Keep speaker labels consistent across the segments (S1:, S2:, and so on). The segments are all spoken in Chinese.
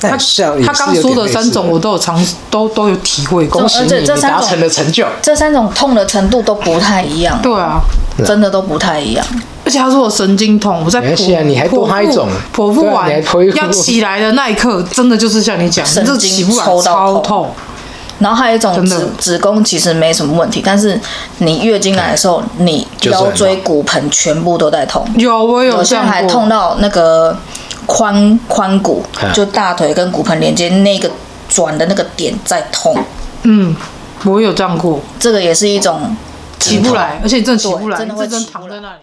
S1: 他
S2: 但笑也是
S1: 他刚
S2: 有
S1: 说
S2: 点
S1: 的
S2: 类
S1: 三
S2: 似
S1: 种，我都有尝，都都有体会。恭喜
S3: 而
S1: 你，
S3: 且
S1: 你
S3: 这三
S1: 达
S3: 种
S1: 成了成就。
S3: 这三种痛的程度都不太一样，
S1: 对啊，
S3: 真的都不太一样。
S1: 而且他说我神经痛，我在
S2: 没关
S1: 剖
S2: 系啊你还多
S1: 剖
S2: 他一
S1: 腹
S2: 种
S1: 剖腹
S2: 对啊
S1: 完
S2: 你还剖一腹
S1: 要起来的那一刻，真的就是像你讲，
S3: 神
S1: 这
S3: 经
S1: 起不来
S3: 抽到
S1: 超
S3: 痛
S1: 痛，
S3: 然后还有一种
S1: 真的
S3: 子子宫其实没什么问题，但是你月经来的时候，你
S2: 是很
S3: 腰椎骨盆全部都在痛，
S1: 有我有
S3: 有些
S1: 这
S3: 人
S1: 样
S3: 还
S1: 过
S3: 痛到那个髋髋骨
S1: 哎
S2: 嗯，
S3: 就大腿跟骨盆连接那个转的那个点在痛，
S1: 嗯，我有这样过，
S3: 这个也是一种
S1: 起不来，而且你真的起
S3: 对
S1: 不来，
S3: 真的
S1: 你
S3: 会
S1: 认真
S3: 起不
S1: 躺在
S3: 来
S1: 那里。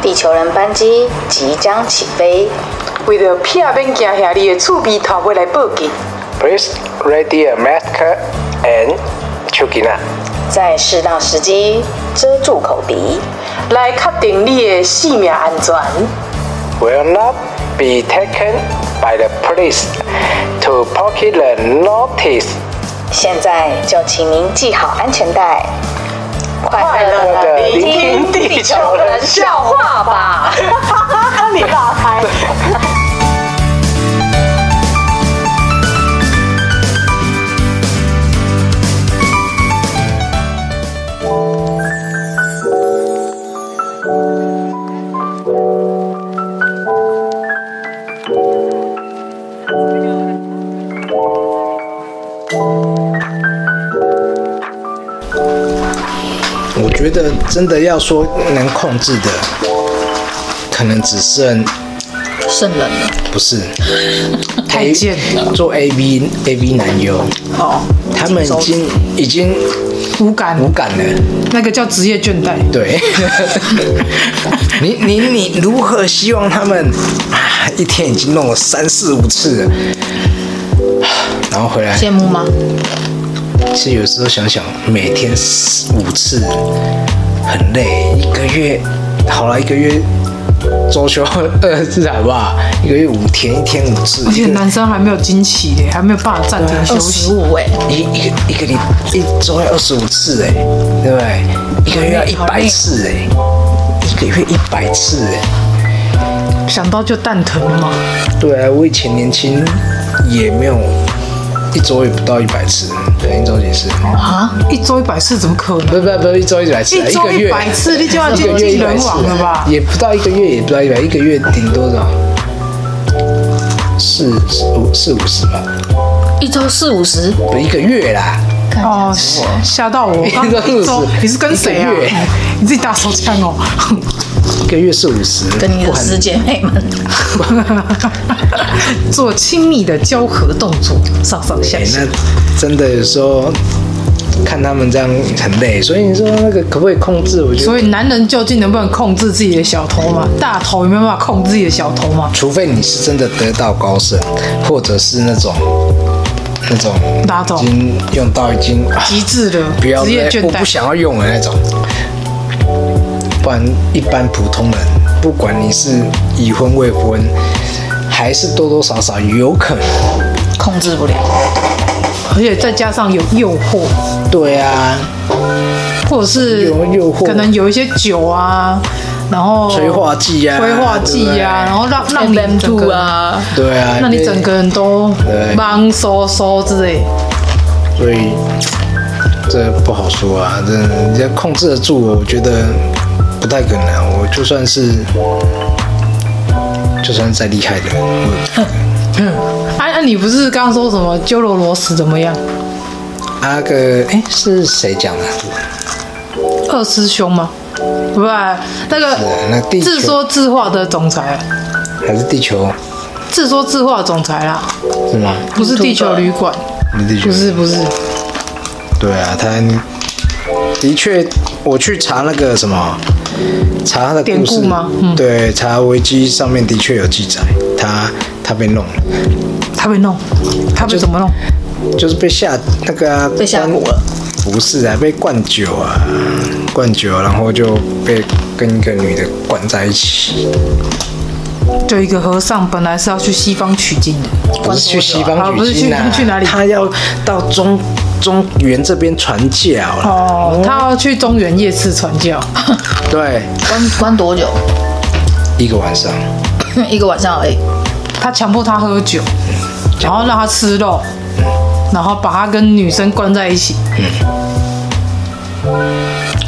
S4: 地球人班机即将起飞。
S5: 为着避免惊吓你的厝边头尾来报警。
S6: Please ready a mask and chukina.
S4: 在适当时机遮住口鼻，
S5: 来确定你的性命安全。
S6: Will not be taken by the police to pocket the notice.
S4: 现在就请您系好安全带，快
S5: 快
S4: 乐
S5: 乐
S4: 的
S5: 的聆
S4: 聆听
S5: 听
S4: 地
S5: 地
S4: 球
S5: 球
S4: 人
S5: 人
S4: 笑
S5: 笑
S4: 话吧。
S5: 你好，嗨。
S2: 我觉得真的要说能控制的，可能只剩
S3: 圣人了。
S2: 不是
S1: 太贱
S2: 了，做 A V A V 男优，
S1: 哦，
S2: 他们已经已经
S1: 无感，
S2: 无感了。
S1: 那个叫职业倦怠。
S2: 对，你你你如何希望他们啊一天已经弄了三四五次了，然后
S1: 哎
S2: 回来，
S3: 羡慕吗？
S2: 其实有时候想想，每天四五次很累，一个月好了，一个月周休二十四好不好？一个月五天，一天五次，
S1: 而
S2: 一
S1: 且
S2: 个
S1: 男生还没有惊奇嘞，还没有办法暂停休
S3: 二十
S1: 息。
S3: 五哎，
S2: 一一个一个礼一周要二十五次哎、对不对？一个月要一百次哎、一个月一百次哎、
S1: 想到就蛋疼了嘛。
S2: 对啊，我以前年轻也没有一周也不到一百次，可能一周几次，
S1: 啊，一周一百次怎么可能？
S2: 不不不，一周一百次啊，
S1: 一周
S2: 个月
S1: 一百次，你就要
S2: 一
S1: 见
S2: 个月
S1: 尽
S2: 一百
S1: 人
S2: 次
S1: 亡了吧？
S2: 也不到一个月，也不到一百，一个月顶多少？四四五四五十吧，
S3: 一周四五十，
S2: 不一个月啦，
S1: 哦，吓到我！刚
S2: 一周
S1: 一周
S2: 四十，
S1: 你是跟谁啊
S2: 一个月？
S1: 你自己打手枪 哦。
S2: 一个月四五十，
S3: 跟你的哎师姐妹们，
S1: 做亲密的交合动作，上上下
S2: 哎
S1: 下。
S2: 那真的有时候看他们这样很累，所以你说那个可不可以控制？我觉得，
S1: 所以男人究竟能不能控制自己的小头嘛？大头有没有办法控制自己的小头嘛？
S2: 除非你是真的得道高僧，或者是那种那种
S1: 哪种
S2: 已经用到已经啊
S1: 极致的
S2: 不要
S1: 职业
S2: 再
S1: 倦
S2: 我不
S1: 怠，
S2: 想要用的那种。不然，一般普通人，不管你是已婚未婚，还是多多少少有可能。
S3: 控制不了。
S1: 而且再加上有诱惑，
S2: 对啊，
S1: 或者是
S2: 有诱惑
S1: 可能有一些酒啊，然后
S2: 催化剂啊
S1: 催化剂啊，然后让让你整
S3: FM2
S1: 个，
S3: 啊，
S2: 对啊，
S1: 让你
S2: 对
S1: 整个人都
S2: 对
S1: 忙嗖嗖之类。
S2: 所以这不好说啊，这你要控制得住，我觉得不太可能啊。我就算是就算再厉害的人，我
S1: 啊啊，你不是刚刚说什么鸠罗罗什怎么样？
S2: 那个哎是谁讲的？
S1: 二师兄吗？不然那个
S2: 是啊那地球
S1: 自说自话的总裁，啊
S2: 还是地球
S1: 自说自话的总裁啦，
S2: 是吗？
S1: 不是地球旅馆，
S2: 你地球
S1: 不是不是，
S2: 对啊，他的确，我去查那个什么，查他的故事
S1: 典故吗嗯
S2: 对，查维基上面的确有记载，他他被弄了，
S1: 他被弄，他被怎么弄？
S2: 就是被下那个、啊、
S3: 被下蛊了，
S2: 不是啊，被灌酒啊，灌酒，啊然后就被跟一个女的灌在一起，
S1: 就一个和尚本来是要去西方取经的，
S2: 不是去西
S1: 啊
S2: 方
S1: 不是
S2: 取
S1: 去
S2: 经啊，
S1: 去哪里
S2: 他要到中中原这边传教了，
S1: 哦，他要去中原夜市传教，
S2: 对，
S3: 关关多久？
S2: 一个晚上，
S3: 一个晚上而已。
S1: 他强迫他喝酒，然后让他吃肉，然后把他跟女生关在一起，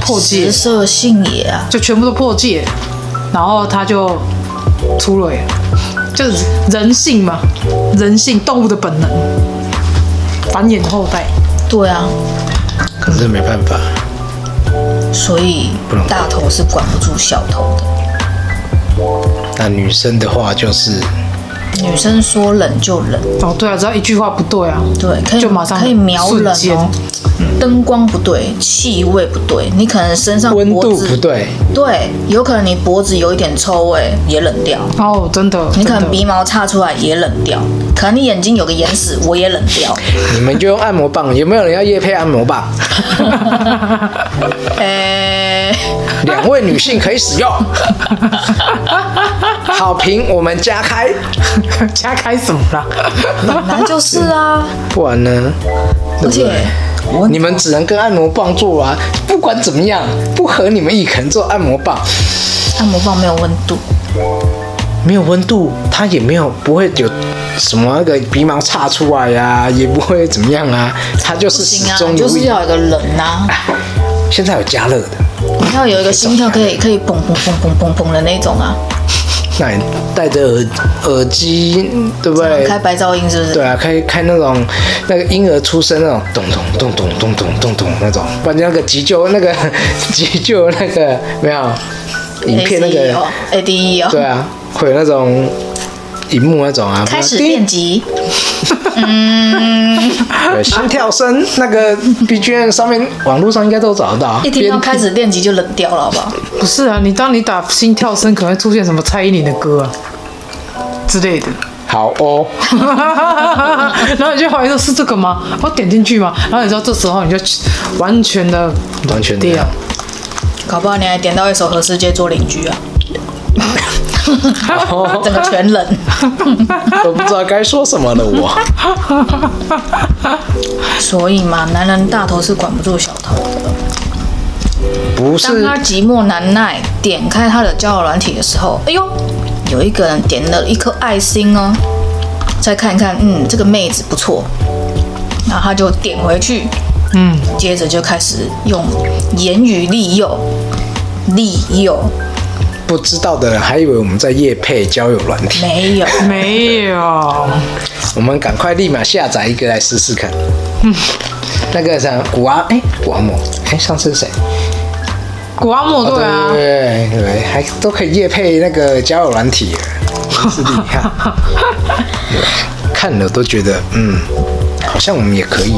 S1: 破戒
S3: 食色性也啊，
S1: 就全部都破戒，然后他就出轨了，就是人性嘛，人性动物的本能，繁衍后代。
S3: 对啊，
S2: 可是没办法，
S3: 所以
S2: 不能
S3: 大头是管不住小头的。
S2: 那女生的话就是。
S3: 女生说冷就冷，
S1: 哦，对啊，只要一句话不对啊，
S3: 对，可以
S1: 就马上
S3: 可以秒冷
S1: 瞬间
S3: 哦。灯光不对，气味不对，你可能身上
S2: 温
S3: 脖
S2: 度
S3: 子
S2: 不对，
S3: 对，有可能你脖子有一点臭味也冷掉，
S1: 哦，真的，
S3: 你可
S1: 真
S3: 能
S1: 的
S3: 鼻毛擦出来也冷掉，可能你眼睛有个眼屎我也冷 掉。
S2: 你们就用按摩棒，有没有人要夜配按摩棒？
S3: 诶、
S2: 两位女性可以使用。好评我们加开，
S1: 加开什么啦？
S3: 本来就是啊，
S2: 不然呢？对
S3: 而
S2: 不 对
S3: 且我
S2: 你们只能跟按摩棒做啊，不管怎么样，不合你们意肯做按摩棒，
S3: 按摩棒没有温度，
S2: 没有温度，它也没有不会有什么那个鼻毛岔出来呀、也不会怎么样啊，它就
S3: 不
S2: 是
S3: 行
S2: 始
S3: 啊，
S2: 终
S3: 你就
S2: 如
S3: 是
S2: 一。
S3: 要有一个冷啊，
S2: 现在有加热的，
S3: 你要有一个心跳可以可以砰砰砰砰砰砰的那种啊，
S2: 那你戴着耳耳机，对不对？
S3: 开白噪音是不是？
S2: 对啊，开开那种那个婴儿出生那种咚咚咚咚咚咚咚咚那种，不然就那个急救那个 急救那个没有影片那
S3: ACE
S2: 个
S3: 哦，ADE 哦，
S2: 对啊，会有那种荧幕那种啊，
S3: 开始
S2: 不然
S3: 练级，
S2: 啊对心跳声那个 BGM 上面网络上应该都找得到啊，
S3: 一听
S2: 边
S3: 到开始练级就冷掉了，好不好？
S1: 不是啊，你当你打心跳声，可能会出现什么蔡依林的歌啊之类的，
S2: 好哦，
S1: 然后你就怀疑说是这个吗？我点进去吗？然后你知道这时候你就完全的
S2: 完全的
S1: 掉，
S3: 搞不好你还点到一首《和世界做邻居》啊， 整个全冷。
S2: 都不知道该说什么了我。
S3: 所以嘛，男人大头是管不住小头的。
S2: 不
S3: 当
S2: 是
S3: 他寂寞难耐，点开他的交友软体的时候，哎呦，有一个人点了一颗爱心哦，再看一看，嗯，这个妹子不错，然后他就点回去，嗯，接着就开始用言语利诱，利诱
S2: 不知道的人还以为我们在夜配交友软体，
S3: 没有，
S1: 没有，
S2: 我们赶快立马下载一个来试试看。那个啥，古阿哎，古阿莫哎，上次是谁？
S1: 古阿莫对啊
S2: 哦，对对对，还都可以夜配那个交友软体了，真是厉害。对看了都觉得，嗯，好像我们也可以。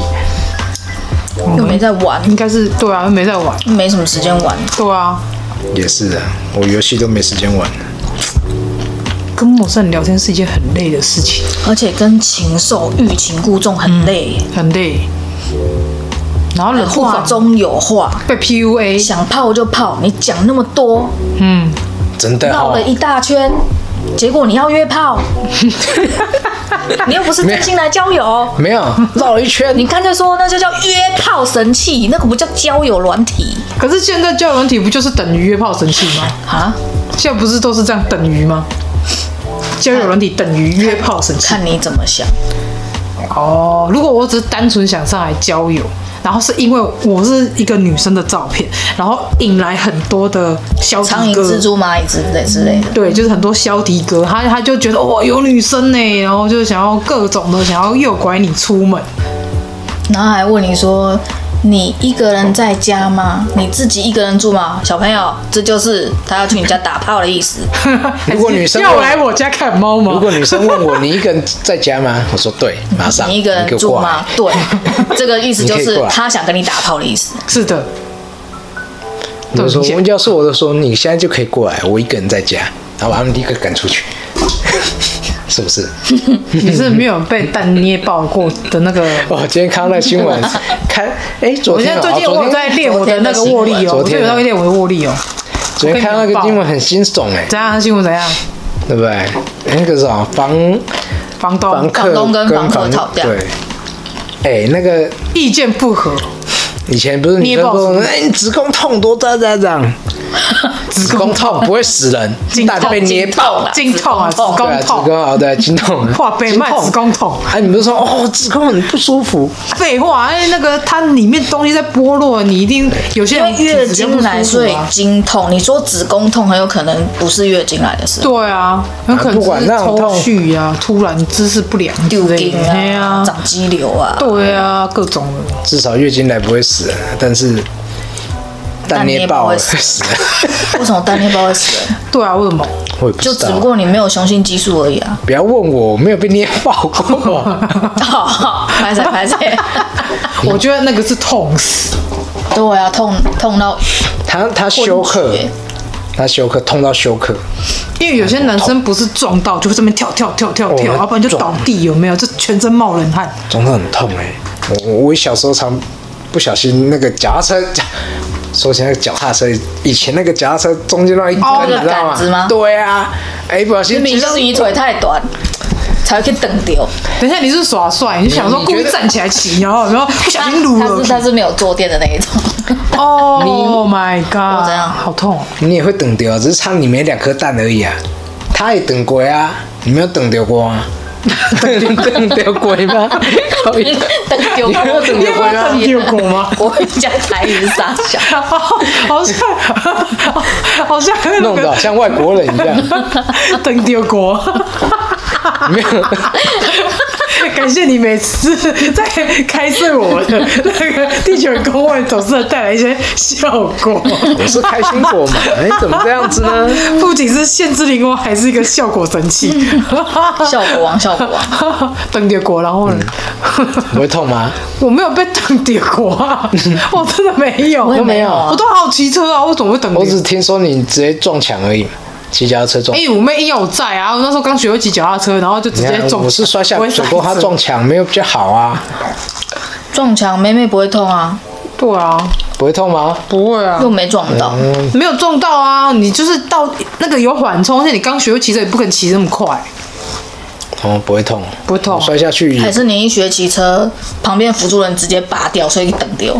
S3: 又没在玩，
S1: 应该是对啊，没在玩，
S3: 没什么时间玩，
S1: 对啊，
S2: 也是啊，我游戏都没时间玩。
S1: 跟陌生人聊天是一件很累的事情，
S3: 而且跟禽兽欲擒故纵很累耶，
S1: 很累，然后
S2: 哎
S1: 冷不
S3: 话
S1: 防
S3: 中有话。
S1: 被 PUA，
S3: 想泡就泡，你讲那么多，
S1: 嗯，
S2: 真的
S3: 绕
S2: 哦
S3: 了，一大圈，结果你要约 炮，你又不是真心来交友。
S2: 没 有绕了一圈，
S3: 你看就说那就叫约炮神器，那个不叫交友软体
S1: 可是现在交友软体不就是等于约炮神器吗？
S3: 啊！
S1: 现在不是都是这样等于吗？交友软体等于约炮神器
S3: 看你怎么想，
S1: 哦。如果我只是单纯想上来交友，然后是因为我是一个女生的照片，然后引来很多的消
S3: 苍
S1: 极
S3: 蝇、蜘
S1: 哥，
S3: 蛛、蚂蚁之类之类的。
S1: 对，就是很多消极哥，他他就觉得哇有女生呢，然后就想要各种的想要诱拐你出门，
S3: 然后还问你说你一个人在家吗？你自己一个人住吗？小朋友，这就是他要去你家打炮的意 思。
S2: 如果女生
S1: 要
S2: 问
S1: 来我家看猫吗？
S2: 如果女生问我你一个人在家吗？我说对，马上
S3: 你一个人
S2: 给
S3: 住
S2: 我
S3: 吗
S2: 挂？
S3: 对， 这个意思就
S2: 你可以
S3: 是
S2: 过来
S3: 他想跟你打炮的意思。
S1: 是的，
S2: 我就
S1: 对
S2: 说要是我就说你现在就可以过来，我一个人在家，然后把他们立刻赶出去， 是不是？
S1: 你是没有被蛋捏爆过的那个。
S2: 哦，今天看到那个新 闻，看哎，昨
S1: 我现
S2: 天
S1: 在
S2: 哦
S1: 最近
S2: 昨
S1: 我有
S2: 天
S1: 在练我的那个握力哦，
S2: 啊昨
S1: 我最
S2: 天
S1: 近有在练我的握力哦。
S2: 昨天看到那个新闻很惊悚哎，
S1: 怎样？新闻怎样？
S2: 对不对？哎那个是什么房
S1: 房
S2: 房
S1: 东
S2: 客
S3: 房东跟
S2: 跟
S3: 房客
S2: 房
S3: 吵架
S2: 对。哎，那个
S1: 意见不合，
S2: 以前不是你
S1: 捏爆
S2: 说
S1: 什么
S2: 哎，你子宫痛多大咋咋？ 子宫痛不会死人，蛋被捏爆了。
S1: 经痛啊，子
S2: 对啊
S1: 宫
S2: 子宫
S1: 痛，
S2: 好，对，经痛。
S1: 哇，北卖子宫痛。
S2: 啊，你不是说哦，子宫很不舒服？
S1: 废话，因为那个它里面东西在剥落，你一定有些
S3: 因为
S1: 人
S3: 月
S1: 体质就
S3: 经
S1: 不舒服啊
S3: 来，所以经痛。你说子宫痛，很有可能不是月经来的事，
S1: 对啊，很可
S2: 啊
S1: 能
S2: 不管
S1: 只是
S2: 那种
S1: 抽
S2: 痛
S1: 搐啊，突然姿势不良之
S3: 丢
S1: 类
S3: 经
S1: 的，嘿
S3: 啊，
S1: 啊，
S3: 长肌瘤啊，
S1: 对啊，各种的。
S2: 至少月经来不会死人，但是蛋捏爆了
S3: 蛋捏不
S2: 会
S3: 会
S2: 死人，
S3: 为什么蛋捏包会死 人？
S1: 对啊，为什 么？
S2: 我也不
S3: 就
S2: 知
S3: 只不
S2: 道。
S3: 过你没有雄性激素而已啊。
S2: 不要问我，我没有被捏爆 过。
S3: 哦，拍 谁拍谁？
S1: 我觉得那个是痛死，
S3: 对啊，痛痛到
S2: 他他休克
S3: 昏厥，
S2: 他休克痛到休克，
S1: 因为有些男生不是撞到就会这边跳跳跳跳跳，啊
S2: 哦
S1: 要不然就倒地，有没有？就全身冒冷汗。
S2: 真的很痛哎、我我我小时候常不小心那个脚踏车， 脚说起那个脚踏车，以前那个脚踏车中间那一根、
S1: 凹
S2: 你
S1: 的
S2: 知道
S3: 杆子吗
S2: 对啊，哎、不小心
S3: 明明
S2: 骑
S3: 就
S2: 上
S3: 是你腿太短，才会去蹬丢。
S1: 等一下，你是耍帅，你是想说故意站起来骑，然后然后不小心撸
S3: 他
S1: 了
S3: 是。他是没有坐垫的那一 种，
S1: Oh my
S3: 怎
S1: god！
S3: 样
S1: 好痛！
S2: 你也会等掉，只是差你没两颗蛋而已啊。他也等过啊，你没有等掉过啊？你等掉过吗？靠腰
S3: 蹬丢
S2: 你有没有蹬丢过吗
S1: 你有没有蹬丢过 吗？
S3: 我会讲台语是傻笑。
S1: 好像 好像那
S2: 弄得好
S1: 个
S2: 像外国人一样，
S1: 登丢国。
S2: 没有
S1: 感谢你每次 在开设我的那个地球人公会总是带来一些效 果。
S2: 我是开心果嘛？哎、怎么这样子呢？
S1: 不仅是限制灵光，还是一个效果神器。
S3: 效果王，效果王，
S1: 登丢国，然后呢？
S3: 嗯
S2: 不会痛吗？
S1: 我没有被登丢过 啊，我真的没有，
S3: 我也没有啊
S1: 我都好骑车啊，我怎么会登
S2: 我
S1: 丢？
S2: 只听说你直接撞墙而已，骑脚踏车撞
S1: 哎、。我妹硬要我在啊！我那时候刚学会骑脚踏车，然后就直
S2: 你
S1: 接
S2: 看，
S1: 撞。
S2: 我是摔下
S1: 不会
S2: 水沟，他
S1: 摔死
S2: 撞。墙没有比较好啊，
S3: 撞墙妹妹不会痛啊，
S1: 对啊，
S2: 不会痛吗？
S1: 不会啊嗯
S3: 又，没撞到。
S1: 没有撞到啊！你就是到那个有缓冲，而且你刚学会骑车，也不肯骑那么快，
S2: 哦，不会痛，
S1: 不会痛
S2: 我摔下去也
S3: 还是你一学骑车，旁边辅助人直接拔掉，所以你蹬丢。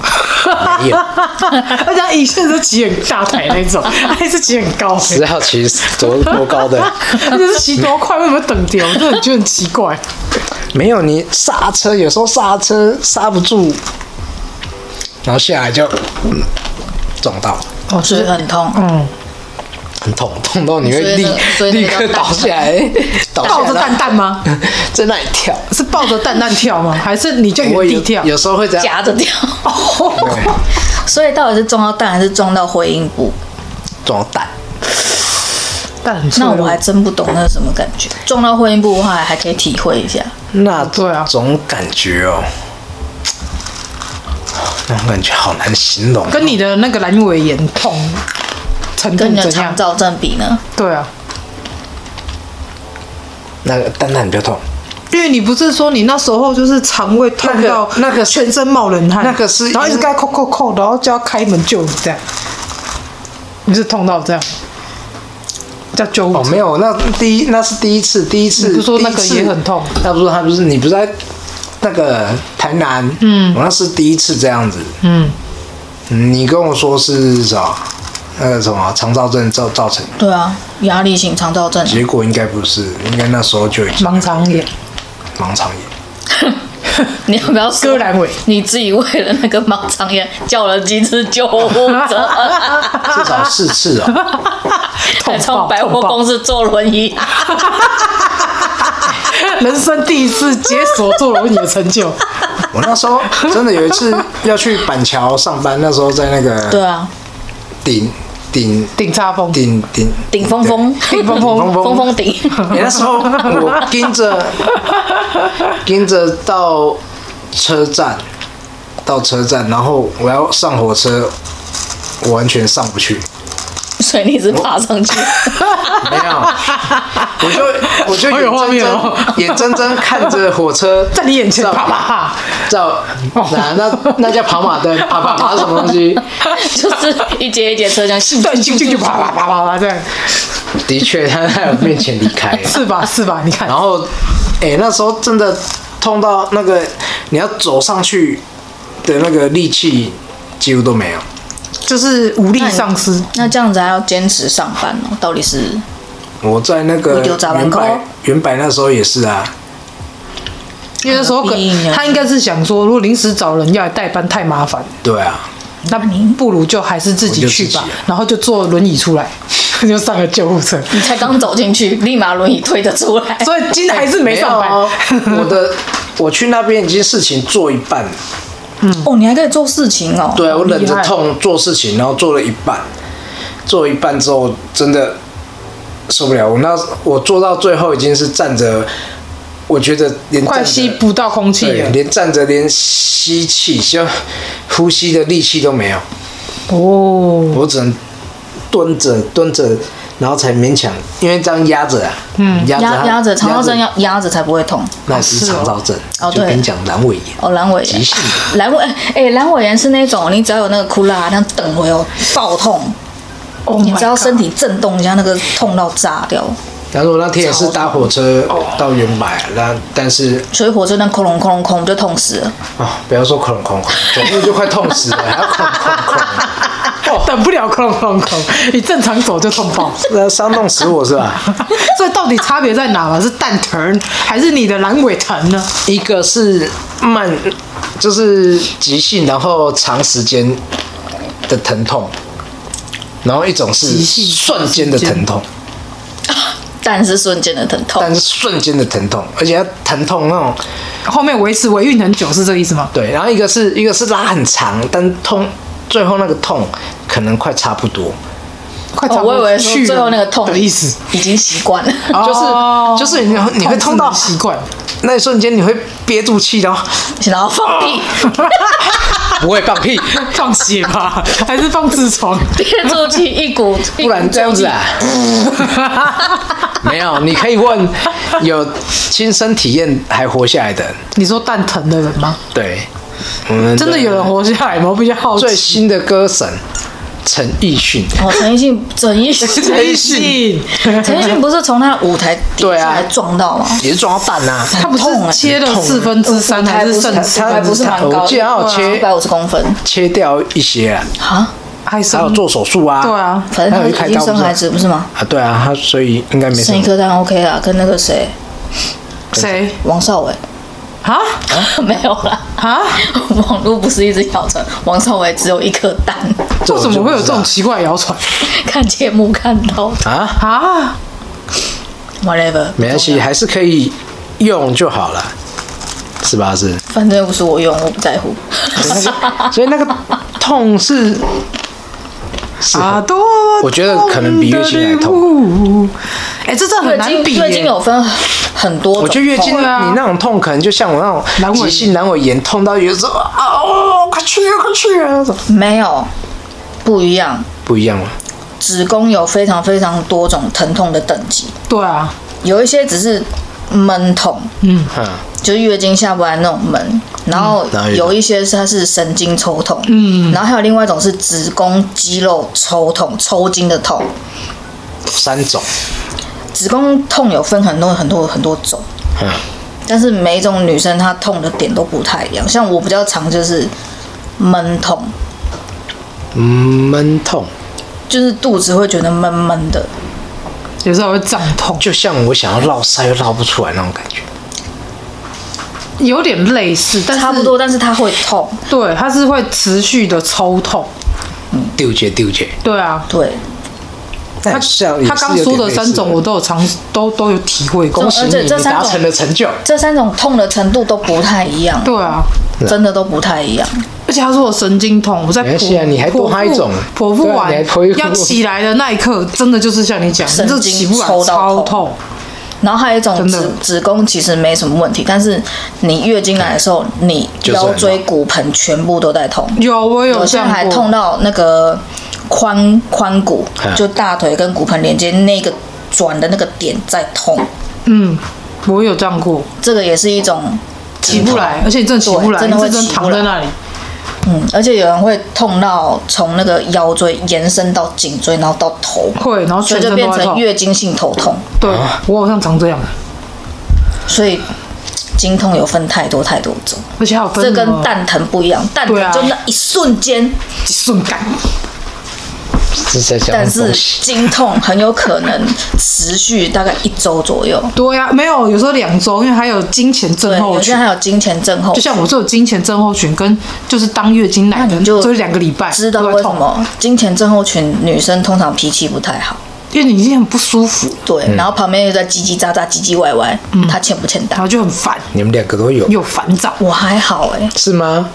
S2: 没有，
S1: 而且他一下就骑很大台那种，还是骑很高、欸
S2: 只要骑多多高的，
S1: 他就是骑多快，为什么等掉？我真的觉得很奇 怪。
S2: 没有你刹车，有时候刹车刹不住，然后下来就、嗯撞到，
S1: 哦，
S3: 所以很痛，
S1: 嗯，
S2: 很痛，痛到你会立
S3: 所以那
S2: 立
S3: 个所以那
S2: 刻
S3: 个叫
S2: 倒下来，倒
S1: 抱
S2: 下
S1: 着蛋
S2: 来，
S1: 蛋吗？
S2: 在那里跳。
S1: 是抱着蛋蛋跳吗？还是你就
S2: 我
S1: 原
S2: 有
S1: 地跳？
S2: 有时候会这样，
S3: 夹着掉。
S2: 对
S3: 所以到底是撞到蛋还是撞到回音部？
S2: 撞到蛋，
S1: 蛋很脆
S3: 那
S1: 弱
S3: 我还真不懂那是什么感觉。撞到回音部的话，还可以体会一下。
S2: 那
S1: 对啊
S2: 种感觉哦，那种感觉好难形容。
S1: 跟你的那个阑尾炎痛程度
S3: 跟你的
S1: 怎
S3: 肠
S1: 样？
S3: 燥症比呢？
S1: 对啊，
S2: 那个蛋蛋比较痛，
S1: 因为你不是说你那时候就是肠胃痛到
S2: 那个那个
S1: 全身冒冷汗，
S2: 那个是
S1: 然后一直该扣扣扣，然后就要开门救你这样，你是痛到这样，叫救护
S2: 哦，
S1: 车
S2: 没有，那第一那是第一次，第一次
S1: 你不说那个
S2: 第一次
S1: 也很痛
S2: 那不是他不是你不是在那个台南，嗯，我那是第一次这样子，
S1: 嗯，
S2: 你跟我说是什么？那个什么肠燥症造造成的，
S3: 对啊，压力型肠燥症。
S2: 结果应该不是，应该那时候就已经
S1: 盲肠炎，
S2: 盲肠炎。
S3: 你要不要说
S1: 割阑尾？
S3: 你自己为了那个盲肠炎叫了几次救护车？
S2: 至少四次 哦，
S3: 还
S1: 痛
S3: 从
S1: 爆
S3: 百货
S1: 痛爆
S3: 公，司坐轮椅，
S1: 人生第一次解锁做了你的成就，
S2: 我那时候真的有一次要去板桥上班，那时候在那
S3: 对
S2: 个
S3: 啊，
S2: 顶顶
S1: 顶叉风，
S2: 顶顶
S3: 顶峰峰，
S2: 顶峰峰
S3: 峰峰顶，
S2: 你那时候我跟着跟着到车站，到车站，然后我要上火车，我完全上不去。
S3: 所以你是爬上 去，
S2: 没有，我就我就
S1: 好有画
S2: 眼睁
S1: 面
S2: 睁、
S1: 哦
S2: 眼睁睁看着火车
S1: 在你眼前
S2: 照
S1: 啪啪
S2: 照，那那那叫跑马 灯，啪啪啪是什么东西？
S3: 就是一节一节车厢，咻
S1: 啪，对，进进就啪啪啪啪啪这样，
S2: 的确，他在我面前离开了。
S1: 是吧是吧？你看
S2: 然，后，哎、那时候真的痛到那个你要走上去的那个力气几乎都没有。
S1: 就是武力丧失，
S3: 那这样子还要坚持上班哦？到底是
S2: 我在那个
S3: 你就砸
S2: 原
S3: 碗糕
S2: 版原版那时候也是啊，
S1: 因为那时候可
S3: 毕竟啊
S1: 他应该是想说，如果临时找人要来代班太麻烦，
S2: 对啊，
S1: 那不如就还是自己去吧
S2: 我就自己啊，
S1: 然后就坐轮椅出来， 就上了救护车。
S3: 你才刚走进去，立马轮椅推得出来，
S1: 所以今天还哎是没上班，
S2: 哎有哦 我的我去那边已经事情做一半了，
S3: 哦，你还可以做事情哦。
S2: 对啊，我忍
S1: 厉
S2: 着
S1: 害
S2: 痛做事情，然后做了一半，做了一半之后真的受不了。我那我做到最后已经是站着，我觉得连
S1: 快
S2: 站着
S1: 吸不到空气
S2: 对
S1: 了。
S2: 连站着连吸气就呼吸的力气都没有，
S1: 哦，
S2: 我只能蹲着蹲着，然后才勉强，因为这样压着啊，嗯，压着
S3: 压
S2: 它
S3: 压着肠道症要压着才不会痛。
S2: 那是肠道症，
S3: 哦
S2: 就
S3: 对
S2: 跟你讲阑尾炎，
S3: 哦，阑尾
S2: 急
S3: 炎
S2: 性，
S3: 阑尾哎，阑尾炎是那种你只要有那个哭啦，那等会哦爆痛，
S1: 哦
S3: 你只要身体震动一下，那个痛到炸掉。
S2: 然后我那天也是搭火车到原百，那但是
S3: 所以火车站空隆空隆空就痛死了，
S2: 啊，不要说恐龙恐龙，走路就快痛死了，还要恐恐恐，
S1: 等不了，哐哐哐，你正常走就痛 爆。
S2: 那伤弄死我是吧？
S1: 所以到底差别在哪嘛？是蛋疼还是你的阑尾疼呢？
S2: 一个是慢，就是急性，然后长时间的疼痛，然后一种是
S1: 急性
S2: 瞬间的疼痛，
S3: 但是瞬间的疼痛。
S2: 但是瞬间的疼痛，而且它疼痛那种
S1: 后面维持维运很久是这个意思吗？
S2: 对，然后一个是一个是拉很长，但痛最后那个痛可能快差不多，
S1: 快
S3: 哦，
S1: 差不
S3: 我以
S1: 多
S3: 为说
S1: 去
S3: 最后
S1: 了
S3: 那个痛
S1: 的意思，
S3: 已经习惯了。
S1: 哦
S2: 就是就是你会你会痛到
S1: 是习惯。
S2: 那一瞬间你会憋住气，然后
S3: 然后放屁，
S2: 哦不会 放屁，
S1: 放血吧， 还是放 痔疮？
S3: 憋住气，一股，
S2: 不然这样子啊？没有，你可以问有亲身体验还活下来的人。
S1: 你说蛋疼的人吗？
S2: 对，我们
S1: 真的有人活下来吗？我比较好
S2: 最
S1: 奇。
S2: 新的歌神陈奕迅，
S3: 哦，陈 奕迅，陈奕迅，
S1: 微信，
S3: 陈奕迅不是从那舞台底
S2: 对啊
S3: 下来撞到吗？
S2: 也是撞到蛋啊。
S1: 他不是
S3: 痛欸
S1: 切了四分之三还是剩四
S3: 还
S1: 分
S3: 不
S1: 之
S3: 是
S1: 三？
S3: 蛮高的，
S2: 我记得他有切
S3: 一百五十公分
S2: 切掉一些啊，
S3: 啊，
S1: 还
S2: 还有
S1: 剩
S2: 做手术啊。
S1: 对啊，
S3: 反正
S2: 还有一
S3: 他
S2: 开
S3: 已经
S2: 刀不是
S3: 生孩子不是吗？
S2: 啊，对啊，他所以应该没什
S3: 生一
S2: 么。
S3: 颗蛋 OK 啦，跟那个谁
S1: 谁
S3: 王少伟
S1: 啊
S3: 没有啦。
S1: 啊？
S3: 网络不是一直谣传王少伟只有一颗蛋，
S2: 这
S1: 为
S2: 我
S1: 什
S2: 就
S1: 么会有
S2: 不
S1: 这
S2: 知道
S1: 种奇怪的谣传
S3: 看节目看到的
S2: 啊？
S1: 啊？
S3: whatever，
S2: 没关系，还是可以用就好了，是吧？是。
S3: 反正又不是我用，我不在乎。
S2: 所以那个痛是，是
S1: 啊，多
S2: 我觉得可能比月经还
S1: 痛。哎，这真的
S3: 月
S1: 很难
S3: 经
S1: 比耶。
S3: 月经有分很多种，
S2: 我觉得月经
S3: 哦
S2: 你
S1: 对啊
S2: 那种痛，可能就像我那种
S1: 阑尾
S2: 急
S1: 炎
S2: 性阑尾炎，痛到有时候啊，哦，快去啊，快去啊，那种
S3: 没有不一样。
S2: 不一样吗？
S3: 子宫有非常非常多种疼痛的等级，
S1: 对啊，
S3: 有一些只是闷痛，
S2: 嗯，
S3: 就是月经下不来那种闷，然后
S2: 然后有
S3: 有一些是它是神经抽痛，嗯，然后还有另外一种是子宫肌肉抽痛、抽筋的痛。
S2: 三种，
S3: 子宫痛有分很多很多很多种，
S2: 嗯，
S3: 但是每一种女生她痛的点都不太一样。像我比较常就是闷痛，
S2: 嗯闷痛，
S3: 就是肚子会觉得闷闷的，
S1: 有时候会胀痛，
S2: 就像我想要绕腮又绕不出来那种感觉。
S1: 有点类似，但是
S3: 差不多，。但是它会痛，
S1: 对，它是会持续的抽痛。
S2: 纠结纠结，
S1: 对啊，
S3: 对。
S1: 他
S2: 但像也
S1: 他
S2: 哎是
S1: 刚
S2: 有
S1: 说
S2: 点
S1: 的
S2: 类
S1: 三
S2: 似
S1: 种，我都有尝，都都有体会过
S2: 恭。喜
S3: 而
S2: 你，
S3: 且
S2: 你
S3: 这三
S2: 达
S3: 种
S2: 成了成就。
S3: 这三种痛的程度都不太一样，
S1: 对啊，
S3: 真的都不太一样。
S1: 而且他说我神经痛，我在
S2: 没关
S1: 剖
S2: 系啊你还多
S1: 剖
S2: 他一
S1: 腹
S2: 种
S1: 剖腹
S2: 对啊
S1: 完
S2: 你还剖一腹
S1: 要起来的那一刻，真的就是像你讲，
S3: 神
S1: 这
S3: 经
S1: 起不来
S3: 抽到
S1: 超
S3: 痛
S1: 痛。
S3: 然后还有一种
S1: 真的
S3: 子子宫其实没什么问题，但是你月经来的时候，你
S2: 是很
S3: 腰
S2: 痛
S3: 椎骨盆全部都在痛，
S1: 有我有
S3: 有些
S1: 这
S3: 人
S1: 样
S3: 还
S1: 过
S3: 痛到那个髋髋骨
S2: 啊，
S3: 就大腿跟骨盆连接那个转的那个点在痛，
S1: 嗯，我有这样过，
S3: 这个也是一种
S1: 起不来，而且你真的起不
S3: 对
S1: 来，
S3: 真的
S1: 你
S3: 会
S1: 是真
S3: 起不
S1: 躺在
S3: 来
S1: 那里，
S3: 嗯，而且有人会痛到从那个腰椎延伸到颈椎，然后到头，
S1: 会，然后全
S3: 所以
S1: 身
S3: 就变
S1: 都在
S3: 成
S1: 痛。
S3: 月经性头痛。
S1: 对，
S2: 啊
S1: 我好像常这样，
S3: 所以经痛有分太多太多种，
S1: 而且还有分
S3: 这
S1: 什
S3: 跟
S1: 么
S3: 蛋疼不一样，蛋疼
S1: 对啊
S3: 就那一瞬间，
S1: 一瞬感，
S2: 是在
S1: 啊
S2: 讲
S3: 但
S2: 恭
S3: 是
S2: 喜，
S3: 经痛很有可能持续大概一周左右。
S1: 对啊呀、没有，有时候两周，因为还有金钱
S3: 对，
S1: 症候
S3: 有些
S1: 群
S3: 人，还有金钱症候
S1: 就
S3: 群，
S1: 像我这种金钱症候群，跟就是当月经来
S3: 那
S1: 的，
S3: 你就
S1: 就是两个礼拜
S3: 知道
S1: 都
S3: 为
S1: 在
S3: 什
S1: 痛，
S3: 么金钱症候群女生通常脾气不太好。
S1: 因为你已经很不舒服，
S3: 对，然后旁边又在叽叽喳喳、唧唧歪歪，
S1: 嗯
S3: 她欠不欠
S1: 然
S3: 打？
S1: 后就很烦
S2: 你们两个都有
S1: 又烦躁，
S3: 我还好哎、
S2: 是吗？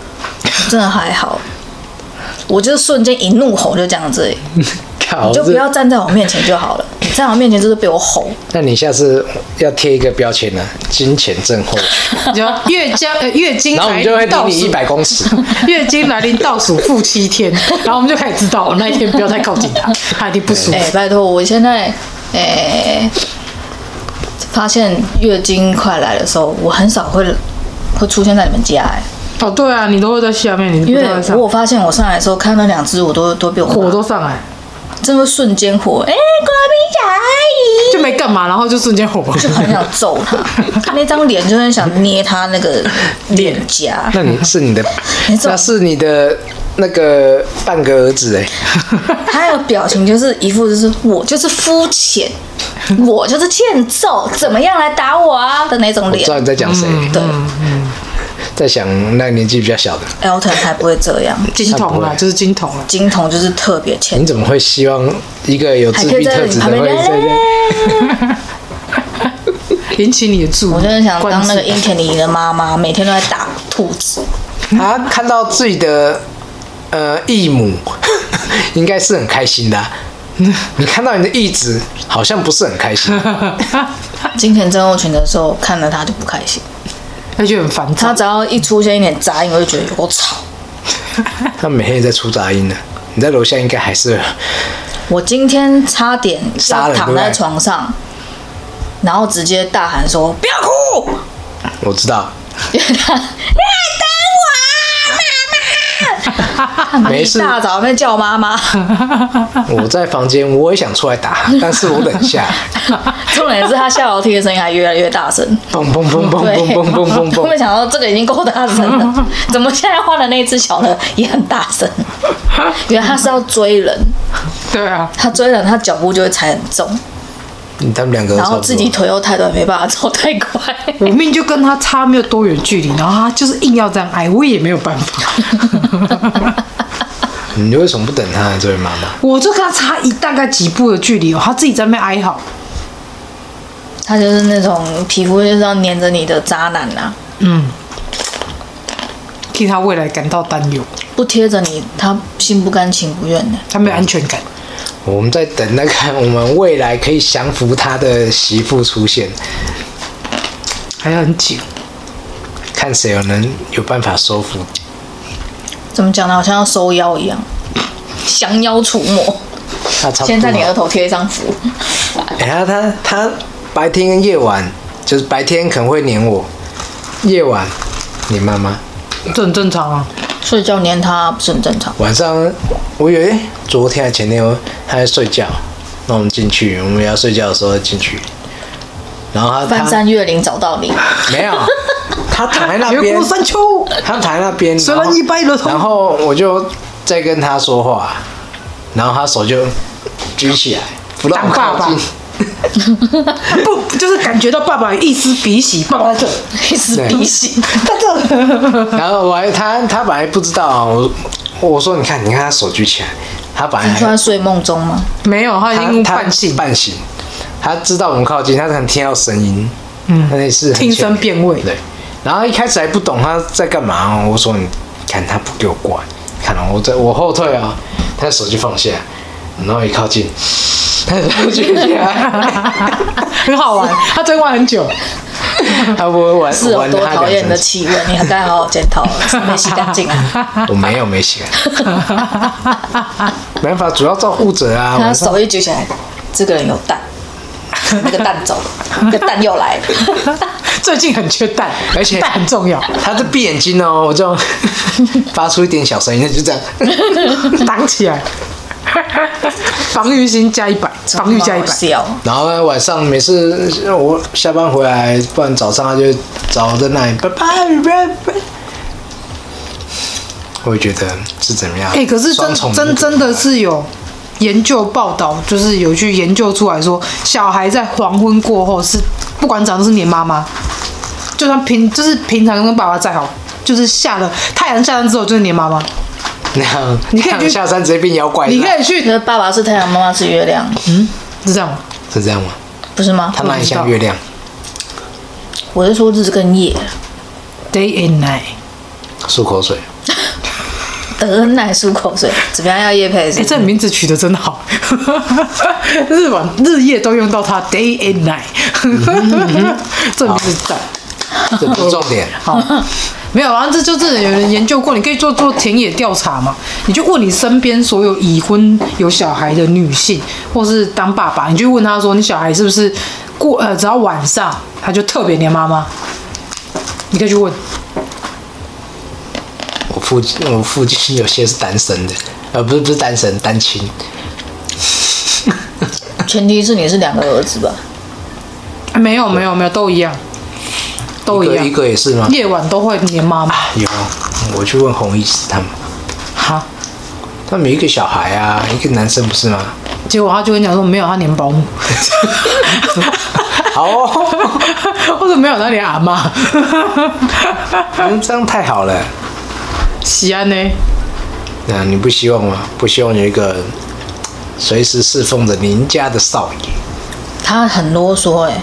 S3: 真的还好，我就瞬间一怒吼就这样子而已，
S2: 靠，
S3: 你就不
S2: 这
S3: 要站在我面前就好了。你站我面前就是被我吼，
S2: 那你下次要贴一个标签呢、金钱症候群，
S1: 你就月经呃月经
S2: 然后我
S1: 来
S2: 们就会
S1: 临
S2: 离
S1: 倒
S2: 你一
S1: 数，
S2: 百公尺。
S1: 月经来临倒数负七天，然后我们就可以知道了那一天不要再靠近他，他一定不舒服
S3: 哎、。拜托，我现在哎、发现月经快来的时候，我很少会会出现在你们家哎、
S1: 哦，对啊，你都会在下面，你
S3: 因
S1: 不
S3: 为
S1: 知道在上
S3: 我发现我上来的时候看到那两只，我都都被我
S1: 火
S3: 骂
S1: 都上来，
S3: 真的瞬间火，哎、郭
S1: 就没干嘛，然后就瞬间火。
S3: 明霞阿姨，很想揍 他，那张脸就很想捏他那个脸颊。
S2: 那你是你的
S3: 你，怎么
S2: 那是你的那个半个儿子哎、
S3: 他的表情就是一副就是我就是肤浅，我就是欠揍，怎么样来打我啊的那种
S2: 我
S3: 脸
S2: 知。道你在讲谁，
S1: 嗯
S3: 对
S2: 在想那个年纪比较小的。
S3: ，Elton 才不会这样，
S1: 金童
S2: 他不
S1: 啦，
S2: 会
S1: 就是金童啊啦。
S3: 金童就是特别欠
S2: 你。怎么会希望一个有自闭特质的会在那？
S1: 引起你的注意。
S3: 我真的想当那个
S1: 关注
S3: 殷田里的妈妈，每天都在打兔子。
S1: 嗯
S2: 啊，看到自己的呃义母， 应该是很开心的啊、你看到你的义子，好像不是很开 心。
S3: 金田症候群的时候，看了他就不开心。
S1: 他就很烦
S3: 他
S1: 躁。
S3: 只要一出现一点杂音，我就觉得有够吵。
S2: 他每天也在出杂音呢。你在楼下应该还是
S3: 我今天差点
S2: 杀
S3: 要
S2: 人
S3: 躺
S2: 对不
S3: 在
S2: 对
S3: 床上，然后直接大喊说：“不要哭
S2: 我知 道，！”
S3: 因为他，
S2: 没
S3: 一啊
S2: 事，
S3: 大早在那边叫妈妈。
S2: 我在房间我也想出来打， 但是我忍下，
S3: 重点是他下楼梯的声音还越来越大声。
S2: 嘣嘣嘣 嘣
S3: 对，
S2: 嘣嘣嘣嘣
S3: 我没
S2: 嘣，
S3: 想到这个已经够大声 了，怎么现在换的那一只小的也很大声？原来他是要追人，
S1: 对啊，
S3: 他追人，他脚步就会踩很重，
S2: 嗯他们两个都
S3: 然
S2: 差
S3: 后
S2: 不
S3: 自己
S2: 多。
S3: 腿又太短，没办法走太快。
S1: 我命就跟他差没有多远距离，然后他就是硬要这样挨，我也没有办 法。
S2: 你为什么不等他呢？这位妈妈，
S1: 我就跟他差一大概几步的距离哦，他自己在那边哀嚎。
S3: 他就是那种皮肤就是要黏着你的渣男啊，
S1: 嗯，替他未来感到担忧，
S3: 不贴着你，他心不甘情不愿的。
S1: 他没有安全感。
S2: 我们在等那个我们未来可以降服他的媳妇出现，
S1: 还要很久，
S2: 看谁有能有办法收服。
S3: 怎么讲呢？好像要收妖一样， 降妖除魔。
S2: 他差不多。
S3: 先在你额头贴一张符，
S2: 哎、他他他白天跟夜晚，就是白天可能会黏我，夜晚黏妈妈。
S1: 这很正常啊。
S3: 睡觉黏他不是很正常。
S2: 晚上我以为昨天还前天哦他在睡觉，那我们进去，我们要睡觉的时候进去，然后他
S3: 翻
S2: 他
S3: 山越岭找到你，
S1: 哎
S2: 没 有，他躺在那
S1: 越
S2: 边
S1: 过，山丘，
S2: 他躺在那边，
S1: 虽
S2: 然
S1: 然
S2: 后
S1: 一百了头
S2: 然后我就在跟他说话，然后他手就举起来，不让我
S1: 当爸
S2: 靠
S1: 爸
S2: 近，
S1: 不就是感觉到爸爸有一丝鼻息，爸爸在这，
S3: 一丝鼻息。
S1: 在这。
S2: 然后我还他他本来不知道啊，我我说你看你看他手举起来，他本
S3: 你
S2: 来
S3: 说他睡梦中吗？
S1: 没有，他已
S2: 他
S1: 经
S2: 他
S1: 半醒，
S2: 半醒，他知道我们靠近，他可能听到声音，嗯，那也是很
S1: 听声辨位
S2: 确定对，然后一开始还不懂他在干嘛哦，我说你看他不给我过来，看哦，我在我后退啊，他手机放下，然后一靠近，他手机起来，
S1: 很 好玩，他真玩很久。
S2: 他不会玩
S3: 是有哦
S2: 玩
S3: 多
S2: 他
S3: 讨厌
S2: 两
S3: 你的
S2: 三
S3: 气味？你还该好好检 讨了，是没洗干净啊！
S2: 次，我没有没起来，没办法，主要照顾者啊，
S3: 他
S2: 晚上
S3: 手一举起来，这个人有蛋，那个蛋 走了，那个蛋又来了。
S1: 最近很缺蛋，
S2: 而且
S1: 蛋很 重要，
S2: 他在闭眼睛哦，我就发出一点小声音，就这样。
S1: 挡起来。 防御心加一百，防御加一
S3: 好
S1: 百。
S3: 笑，
S2: 然后呢，晚上每次我下班回来，不然早上他就找我在那里拜拜拜拜。我也觉得是怎么样？
S1: 哎、可是
S2: 双
S1: 真
S2: 重
S1: 真
S2: 孤独啊
S1: 真的是有研究报道，就是有去研究出来说，小孩在黄昏过后是不管长都是黏妈妈，就算平就是平常跟爸爸再好，就是下了太阳下山之后就是黏妈妈。
S2: 那样，
S1: 你可以去
S2: 那样下山直接变妖怪，
S1: 你可
S2: 是吧
S1: 以去
S3: 因为爸爸是太阳，妈妈是月亮，
S1: 是这样吗，
S2: 是这样吗？
S3: 不是吗
S2: 他？哪里像月亮？
S3: 我是说日跟夜，
S1: day and
S2: 哎
S1: night。
S2: 漱口水，
S3: 德恩奶漱口水，怎么样？要夜配
S1: 哎、
S3: 是不
S1: 这
S3: 是？
S1: 名字取得真好， 日晚日夜都用到它，day and night。这
S2: 嗯
S1: 名字赞。
S2: 这不是重点。
S1: 好， 没有，然后啊这就是有人研究过，你可以做做田野调查嘛，你就问你身边所有已婚有小孩的女性，或是当爸爸，你就问他说，你小孩是不是过呃，只要晚上他就特别黏妈妈，你可以去问，
S2: 我附近我附近有些是单身的，呃，不是不是单身，单亲。
S3: 前提是你是两个儿子吧？
S1: 啊没有没有没有，都一样，都
S2: 一
S1: 一
S2: 个
S1: 样，
S2: 一个也是吗？
S1: 夜晚都会黏妈妈，
S2: 有，我去问红医师他们，
S1: 哈，
S2: 他们有一个小孩啊，一个男生不是 吗？
S1: 结果他就跟你讲说没有，他黏保姆，
S2: 好、哦。
S1: 或者没有他黏阿妈，
S2: 嗯，这样太好了。
S1: 西安呢？
S2: 那啊你不希望吗？不希望有一个随时侍奉着您家的少爷？
S3: 他很啰嗦哎、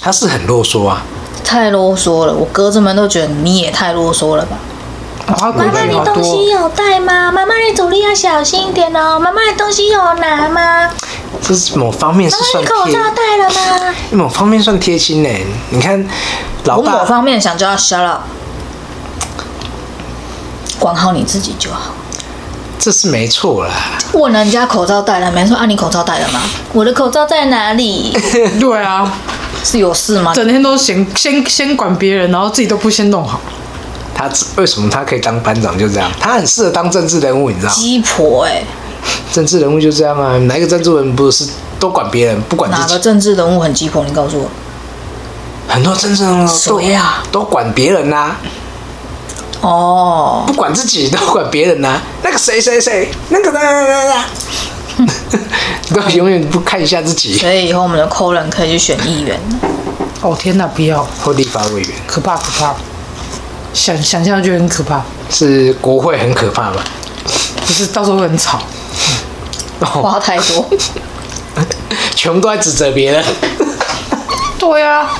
S2: 他是很啰嗦啊，
S3: 太啰嗦了，我哥这们都觉得你也太啰嗦了吧？
S1: 妈
S7: 妈妈，你东
S2: 哦
S7: 西有带吗？妈妈，你走路要小心一点哦。妈妈，你东西有拿吗？
S2: 这是某方面是
S7: 妈妈，
S2: 算
S7: 你口罩
S2: 贴，
S7: 戴了吗？
S2: 某方面算贴心呢、你看老
S3: 我某
S2: 大，
S3: 方面想叫他 shut up，管好你自己就好。
S2: 这是没错啦。
S3: 问人家口罩戴了没？说啊，你口罩戴了吗？我的口罩在哪里？
S1: 对啊。
S3: 是有事
S2: 啊
S3: 吗？
S1: 整天都嫌先先管别人，然后自己都不先弄好，
S2: 他为什么他可以当班长就这样？他很适合当政治人物，你知道吗？
S3: 鸡婆哎、
S2: 政治人物就这样啊，哪一个政治人物不是都管别人，不
S7: 啊
S2: 管
S3: 哪
S2: 自
S3: 个
S2: 己？
S3: 政治人物很鸡婆？你告诉我，
S2: 很多政治人物都
S3: 谁啊
S2: 都管别人啊呐、
S3: 哦，
S2: 不管自己，都管别人呐、啊那个谁谁谁，那个那那 那那，都永远不看一下自己
S3: 所以以后我们的抠人可以去选议员，
S1: 哦天哪，不要，
S2: 或立法委员
S1: 可怕可怕，想想象就很可怕，
S2: 是国会很可怕嘛？
S1: 不是到时候会很吵，
S7: 哦
S3: 话太 多，
S2: 哦全部都在指责别人，
S1: 对啊，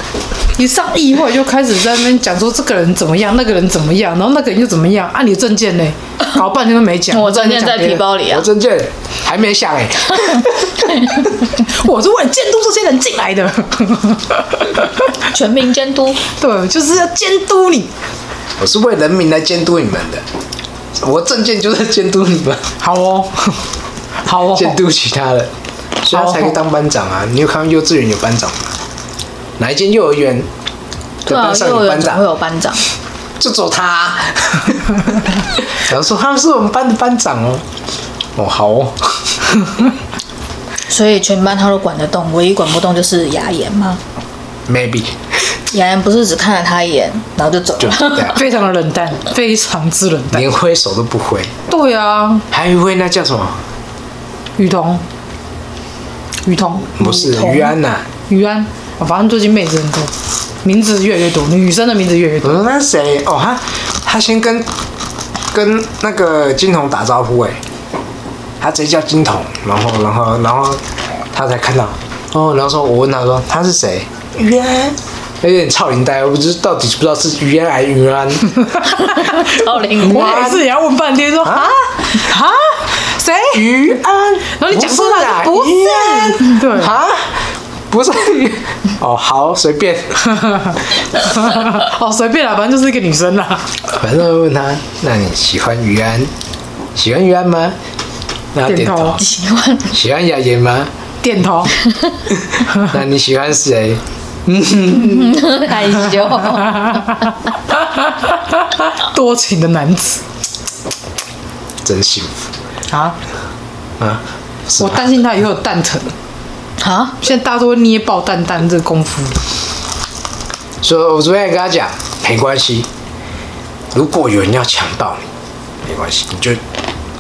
S1: 一上议会就开始在那边讲说这个人怎么样，那个人怎么样，然后那个人又怎么样，啊你的证件呢？搞半天都没讲，
S3: 我证件在皮包里啊
S2: 我。证件还没想 哎、
S1: 我是为了监督这些人进来的，
S3: 全民监督，
S1: 对，就是要监督你，
S2: 我是为人民来监督你们的，我证件就在监督你们，
S1: 好哦，好哦，
S2: 监督其他人，所以他才可以当班长啊！
S3: 哦
S2: 你有看到幼稚园有班长吗？哪一间幼儿园的
S3: 对啊
S2: 班，上
S3: 幼儿
S2: 有班
S3: 园总
S2: 长
S3: 会？有班长，
S2: 就走他、 然后说啊他是我们班的班长哦。哦，好哦，
S3: 所以全班他都管得动，唯一管不动就是雅妍嘛。
S2: maybe
S3: 雅妍不是只看了他一眼，然后就走
S2: 就
S3: 了。
S2: 这 样，
S1: 非常的冷淡，非常之冷淡，
S2: 连挥手都不挥，
S1: 对啊，
S2: 还会那叫什么？
S1: 雨桐，雨桐，
S2: 不是于安呐、
S1: 雨安，哦反正最近妹子很多，名字越来越多，女生的名字越来越多。
S2: 我说那谁？哦，他他先跟跟那个金童打招呼哎，他直接叫金童，然后然后然后他才看到，哦，然后说我问他说他是谁，于安，有点超龄呆，我不知到底不知道是于安还是于安，
S3: 超灵
S1: 我
S3: 光，
S1: 也是也要问半天说啊啊谁？
S2: 于安，
S1: 然后你讲错了
S2: 不哦是啦于安，
S1: 对
S2: 啊，不是于，哦，好，随便，
S1: 哦，随便啦，反正就是一个女生啦。
S2: 反正会问他，那你喜欢于安，喜欢于安吗？然后点
S1: 点
S2: 头
S1: 头，
S3: 喜欢
S2: 喜欢雅妍吗？
S1: 点头，
S2: 那你喜欢谁？
S3: 害羞，
S1: 多情的男子
S2: 真幸福
S1: 啊！
S2: 啊！是
S1: 我
S2: 吧
S1: 担心他以后有蛋疼，
S3: 啊，
S1: 现在大家都会捏爆蛋蛋这个功夫。
S2: 所以我昨天也跟他讲，没关系，如果有人要强暴你，没关系，你就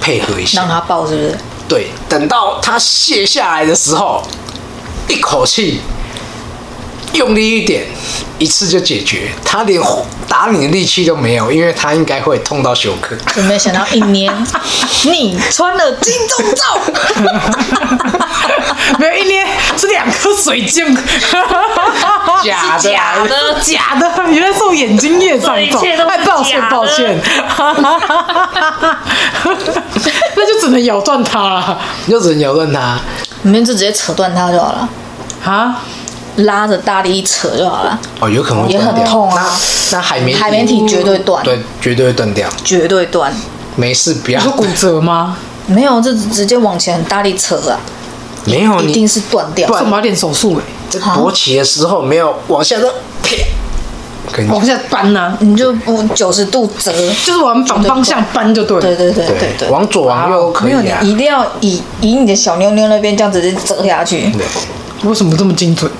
S2: 配合一下。
S3: 让他抱是不是？
S2: 对，等到他卸下来的时候，一口气用力一点，一次就解决。他连打你的力气都没有，因为他应该会痛到休克。
S3: 我没想到一年你穿了金钟罩，
S1: 没有一捏是两颗水晶，
S2: 假
S3: 是
S2: 的啊
S3: 假的，
S1: 假的，原来是我眼睛夜障重，
S3: 这一切都是
S1: 哎，抱歉
S3: 假的
S1: 抱歉， 那就只能咬断它了
S2: 你就只能咬断他。
S3: 你们就直接扯断它就好了，
S1: 啊！
S3: 拉着大力一扯就好了，
S2: 哦，有可能会
S3: 也
S2: 断
S3: 很
S2: 掉。
S3: 痛啊，
S2: 那海绵
S3: 海绵体绝对断，
S2: 对，绝对会断掉。
S3: 绝对断，
S2: 没事，不要
S1: 你说骨折吗？
S3: 没有就直接往前很大力扯啊，
S2: 没有
S3: 一
S2: 哦你
S3: 定是断掉，
S1: 为什么要练手术哎、
S2: 在勃起的时候没有往下的哦啪，跟你
S1: 往
S2: 讲
S1: 下扳呐、啊，
S3: 你就不九十度折，
S1: 就是往反方向扳就对了。
S3: 对对对
S2: 对
S3: 对对，
S2: 往左往右都可
S3: 没
S2: 以
S3: 有，你
S2: 啊。
S3: 一定要以以你的小妞妞那边这样直接折下去，
S2: 对，
S1: 为什么这么精准？。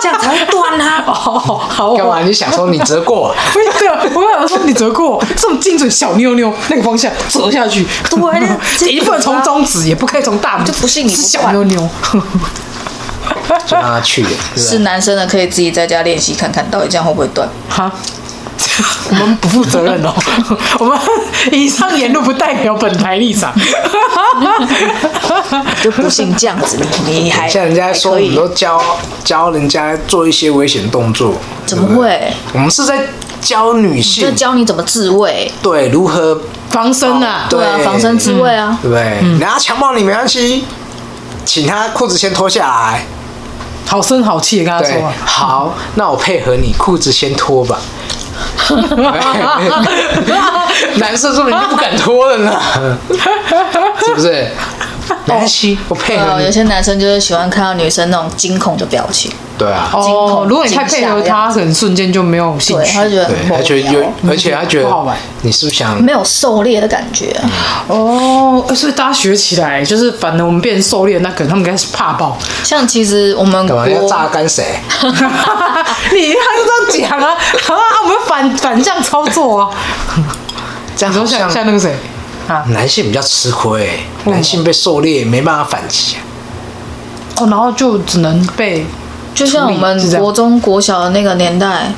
S3: 这样才会 断啊
S1: 哦，好哦，
S2: 干嘛？你想说你折过 啊？
S1: 不是？对啊，我想说你折过这么精准小妞妞那个方向折下去，
S3: 对 啊这
S1: 也不能从中指，也不可以从大拇指，
S3: 就不信你不
S1: 是小
S3: 管
S1: 妞妞。
S2: 就让他去了。
S3: 是男生的可以自己在家练习看看，到底这样会不会断？
S1: 哈，我们不负责任哦， 我们以上言论不代表本台立场。
S3: 就不信这样子，你还
S2: 像人家说，我
S3: 还可
S2: 们
S3: 以
S2: 都教教人家做一些危险动作，
S3: 怎么
S2: 对不对？
S3: 会？
S2: 我们是在教女
S3: 就
S2: 性，
S3: 教你怎么自卫，
S2: 对如何
S1: 防身啊，
S2: 对
S3: 对啊，防身自卫啊，
S2: 对不对？人家强暴你没关系，请他裤子先脱下来。
S1: 好声好气的跟他
S2: 对
S1: 说啊，，
S2: 好，那我配合你，裤子先脱吧。男生说你就不敢脱了呢，是不是？没关系，我配合
S3: 呃，有
S2: 你。
S3: 些男生就是喜欢看到女生那种惊恐的表情，
S2: 对啊，
S3: 惊
S1: 哦
S3: 恐，
S1: 如果你太配合
S3: 惊吓的
S1: 他，
S3: 样
S1: 可能瞬间就没有兴
S3: 对，
S1: 趣
S3: 他。就觉得
S2: 对
S3: 很无
S2: 他觉得有
S3: 聊，
S2: 而且他觉
S1: 不好玩
S2: 得你是不是想
S3: 没有狩猎的感觉，啊
S2: 嗯
S1: 哦，所以大家学起来，就是反正我们变成狩猎，那可能他们应该是怕爆。
S3: 像其实我们
S2: 干
S3: 国
S2: 嘛要榨干谁？
S1: 你 他就这样讲啊，啊，我们反反向操作啊。
S2: 这样
S1: 你说
S2: 好
S1: 像像
S2: 像
S1: 那个谁，
S2: 男性比较吃亏、
S3: 嗯
S2: 男性被狩猎没办法反击、啊。
S1: 哦，然后就只能被
S3: 就像我
S1: 处理是这
S3: 们
S1: 样
S3: 国中国小的那个年代，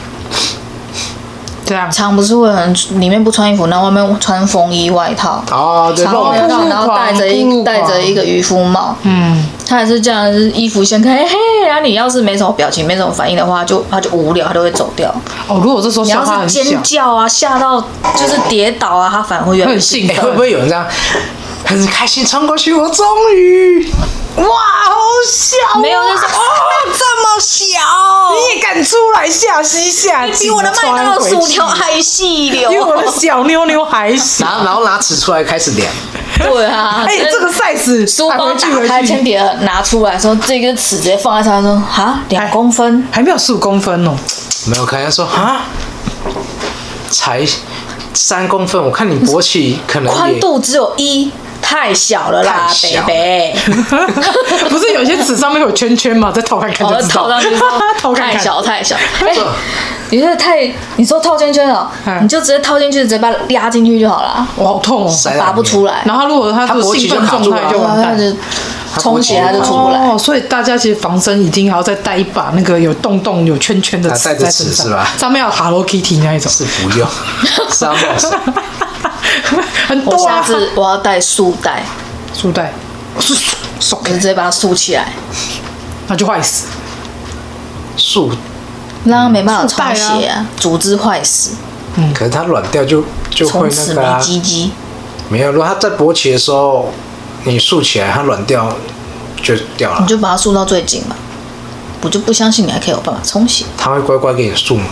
S1: 这样。
S3: 常不是会有人里面不穿衣服，然后外面穿风衣外套，
S1: 啊
S2: 哦，对，
S3: 长
S2: 肉
S3: 外套，然后戴
S1: 暴
S3: 着
S1: 露
S3: 一
S1: 狂
S3: 戴着一个渔夫帽，
S1: 嗯，
S3: 他也是这样，就是衣服先看，嘿嘿，然后你要是没什么表情、没什么反应的话，就他就无聊，他就会走掉。
S1: 哦，如果这时候
S3: 你
S1: 小
S3: 要
S1: 他很小
S3: 是尖，叫啊，吓到就是跌倒啊，他反而会越来
S1: 会
S3: 越
S1: 很兴
S2: 哎、会
S1: 奋
S2: 不。会有人这样很开心冲过去？我终于，哇，好小哦、
S3: 没有就是哦
S2: 哦，这么小，
S1: 啊你也敢出来吓啊西吓
S3: 比我的麦当劳薯条还细
S1: 比
S3: 流。
S1: 我的小妞妞还小
S2: 然。后然后拿尺出来开始量，
S3: 对啊，
S1: 哎，这个 size，
S3: 书
S1: 还
S3: 包
S1: 回去
S3: 打开，
S1: 回
S3: 铅
S1: 去
S3: 笔盒拿出来说，这根尺直接放在上面说，啊，两公分，
S1: 还没有十五公分哦。
S2: 没有，可能说啊，才三公分，我看你勃起可能
S3: 宽
S2: 也
S3: 度只有一，太小了啦
S2: 太，小
S3: 北
S2: 了
S3: 北。
S1: 不是有些纸上面有圈圈嘛，再套看看
S3: 我
S1: 就
S3: 的
S1: 知
S3: 哦头
S1: 道
S3: 上 去说。
S1: 套看
S3: 太
S1: 看。
S3: 小太小，哎、你这太，你说套圈圈哦，
S1: 嗯
S3: 你就直接套进去，直接把它压进去就好了，
S1: 我好痛哦。
S2: 塞到
S3: 拔不出来，
S1: 然后他如果他的兴奋状态就
S3: 然
S1: 完
S3: 后它
S1: 蛋。
S3: 就充血，它
S2: 它
S3: 就
S2: 勃
S3: 出
S2: 起
S3: 不来。
S1: 哦，所以大家其实防身一定还要再带一把那个有洞洞、有圈圈的
S2: 啊
S1: 尺
S2: 带着
S1: 在身
S2: 尺
S1: 上，
S2: 是吧
S1: 上面有 Hello Kitty 那一种，
S2: 是不 用，是要冒险
S1: 很
S3: 我
S1: 多
S3: 下
S1: 啊。
S3: 次我要带束带，
S1: 束带，束束
S3: 我就直接把它竖起来，
S1: 那就坏死。
S2: 树，
S3: 让它没办法
S1: 束带
S3: 充
S1: 啊
S3: 血啊，组织坏死，
S2: 可是它软掉就就会
S3: 嗯从此
S2: 那
S3: 没
S2: 个啊，
S3: 鸡鸡。
S2: 没有。如果它在勃起的时候你竖起来，它软掉就掉
S3: 你
S2: 了，
S3: 就把它束到最紧嘛。我就不相信你还可以有办法冲洗，
S2: 它会乖乖给你 竖嘛。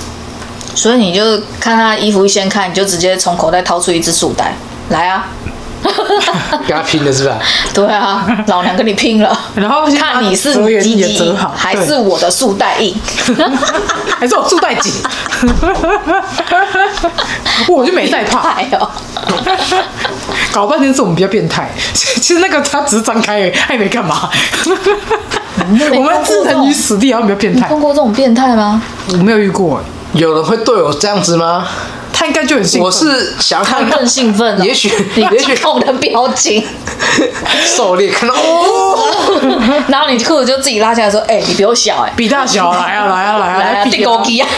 S3: 所以你就看他衣服一掀开，你就直接从口袋掏出一只束带来啊！
S2: 跟它拼的是吧？
S3: 对啊，老娘跟你拼了！
S1: 然后先把
S3: 看你是
S1: 遮眼
S3: 鸡
S1: 也
S3: 鸡
S1: 遮好
S3: 还
S1: 对
S3: 是我的束带硬，
S1: 还是我束带紧， 我就没带怕，
S3: 哎呦，
S1: 搞半天是我们比较变态。 其实那个他只是张开而已，他也没干嘛。 我们置人于死地，然后比较变态。
S3: 碰过这种变态吗？
S1: 我没有遇过，
S2: 有人会对我这样子吗？
S1: 他应该就很兴奋。
S2: 我是想要看
S3: 更兴奋了，
S2: 也许
S3: 你
S2: 也许
S3: 看我的表情，
S2: 狩猎 看到哦，
S3: 然后你裤子就自己拉下来说：“哎，你比我小哎，
S1: 比大小来啊来啊来啊
S3: 来啊，
S1: 比
S3: 地
S1: 啊
S3: 沟鸡啊！”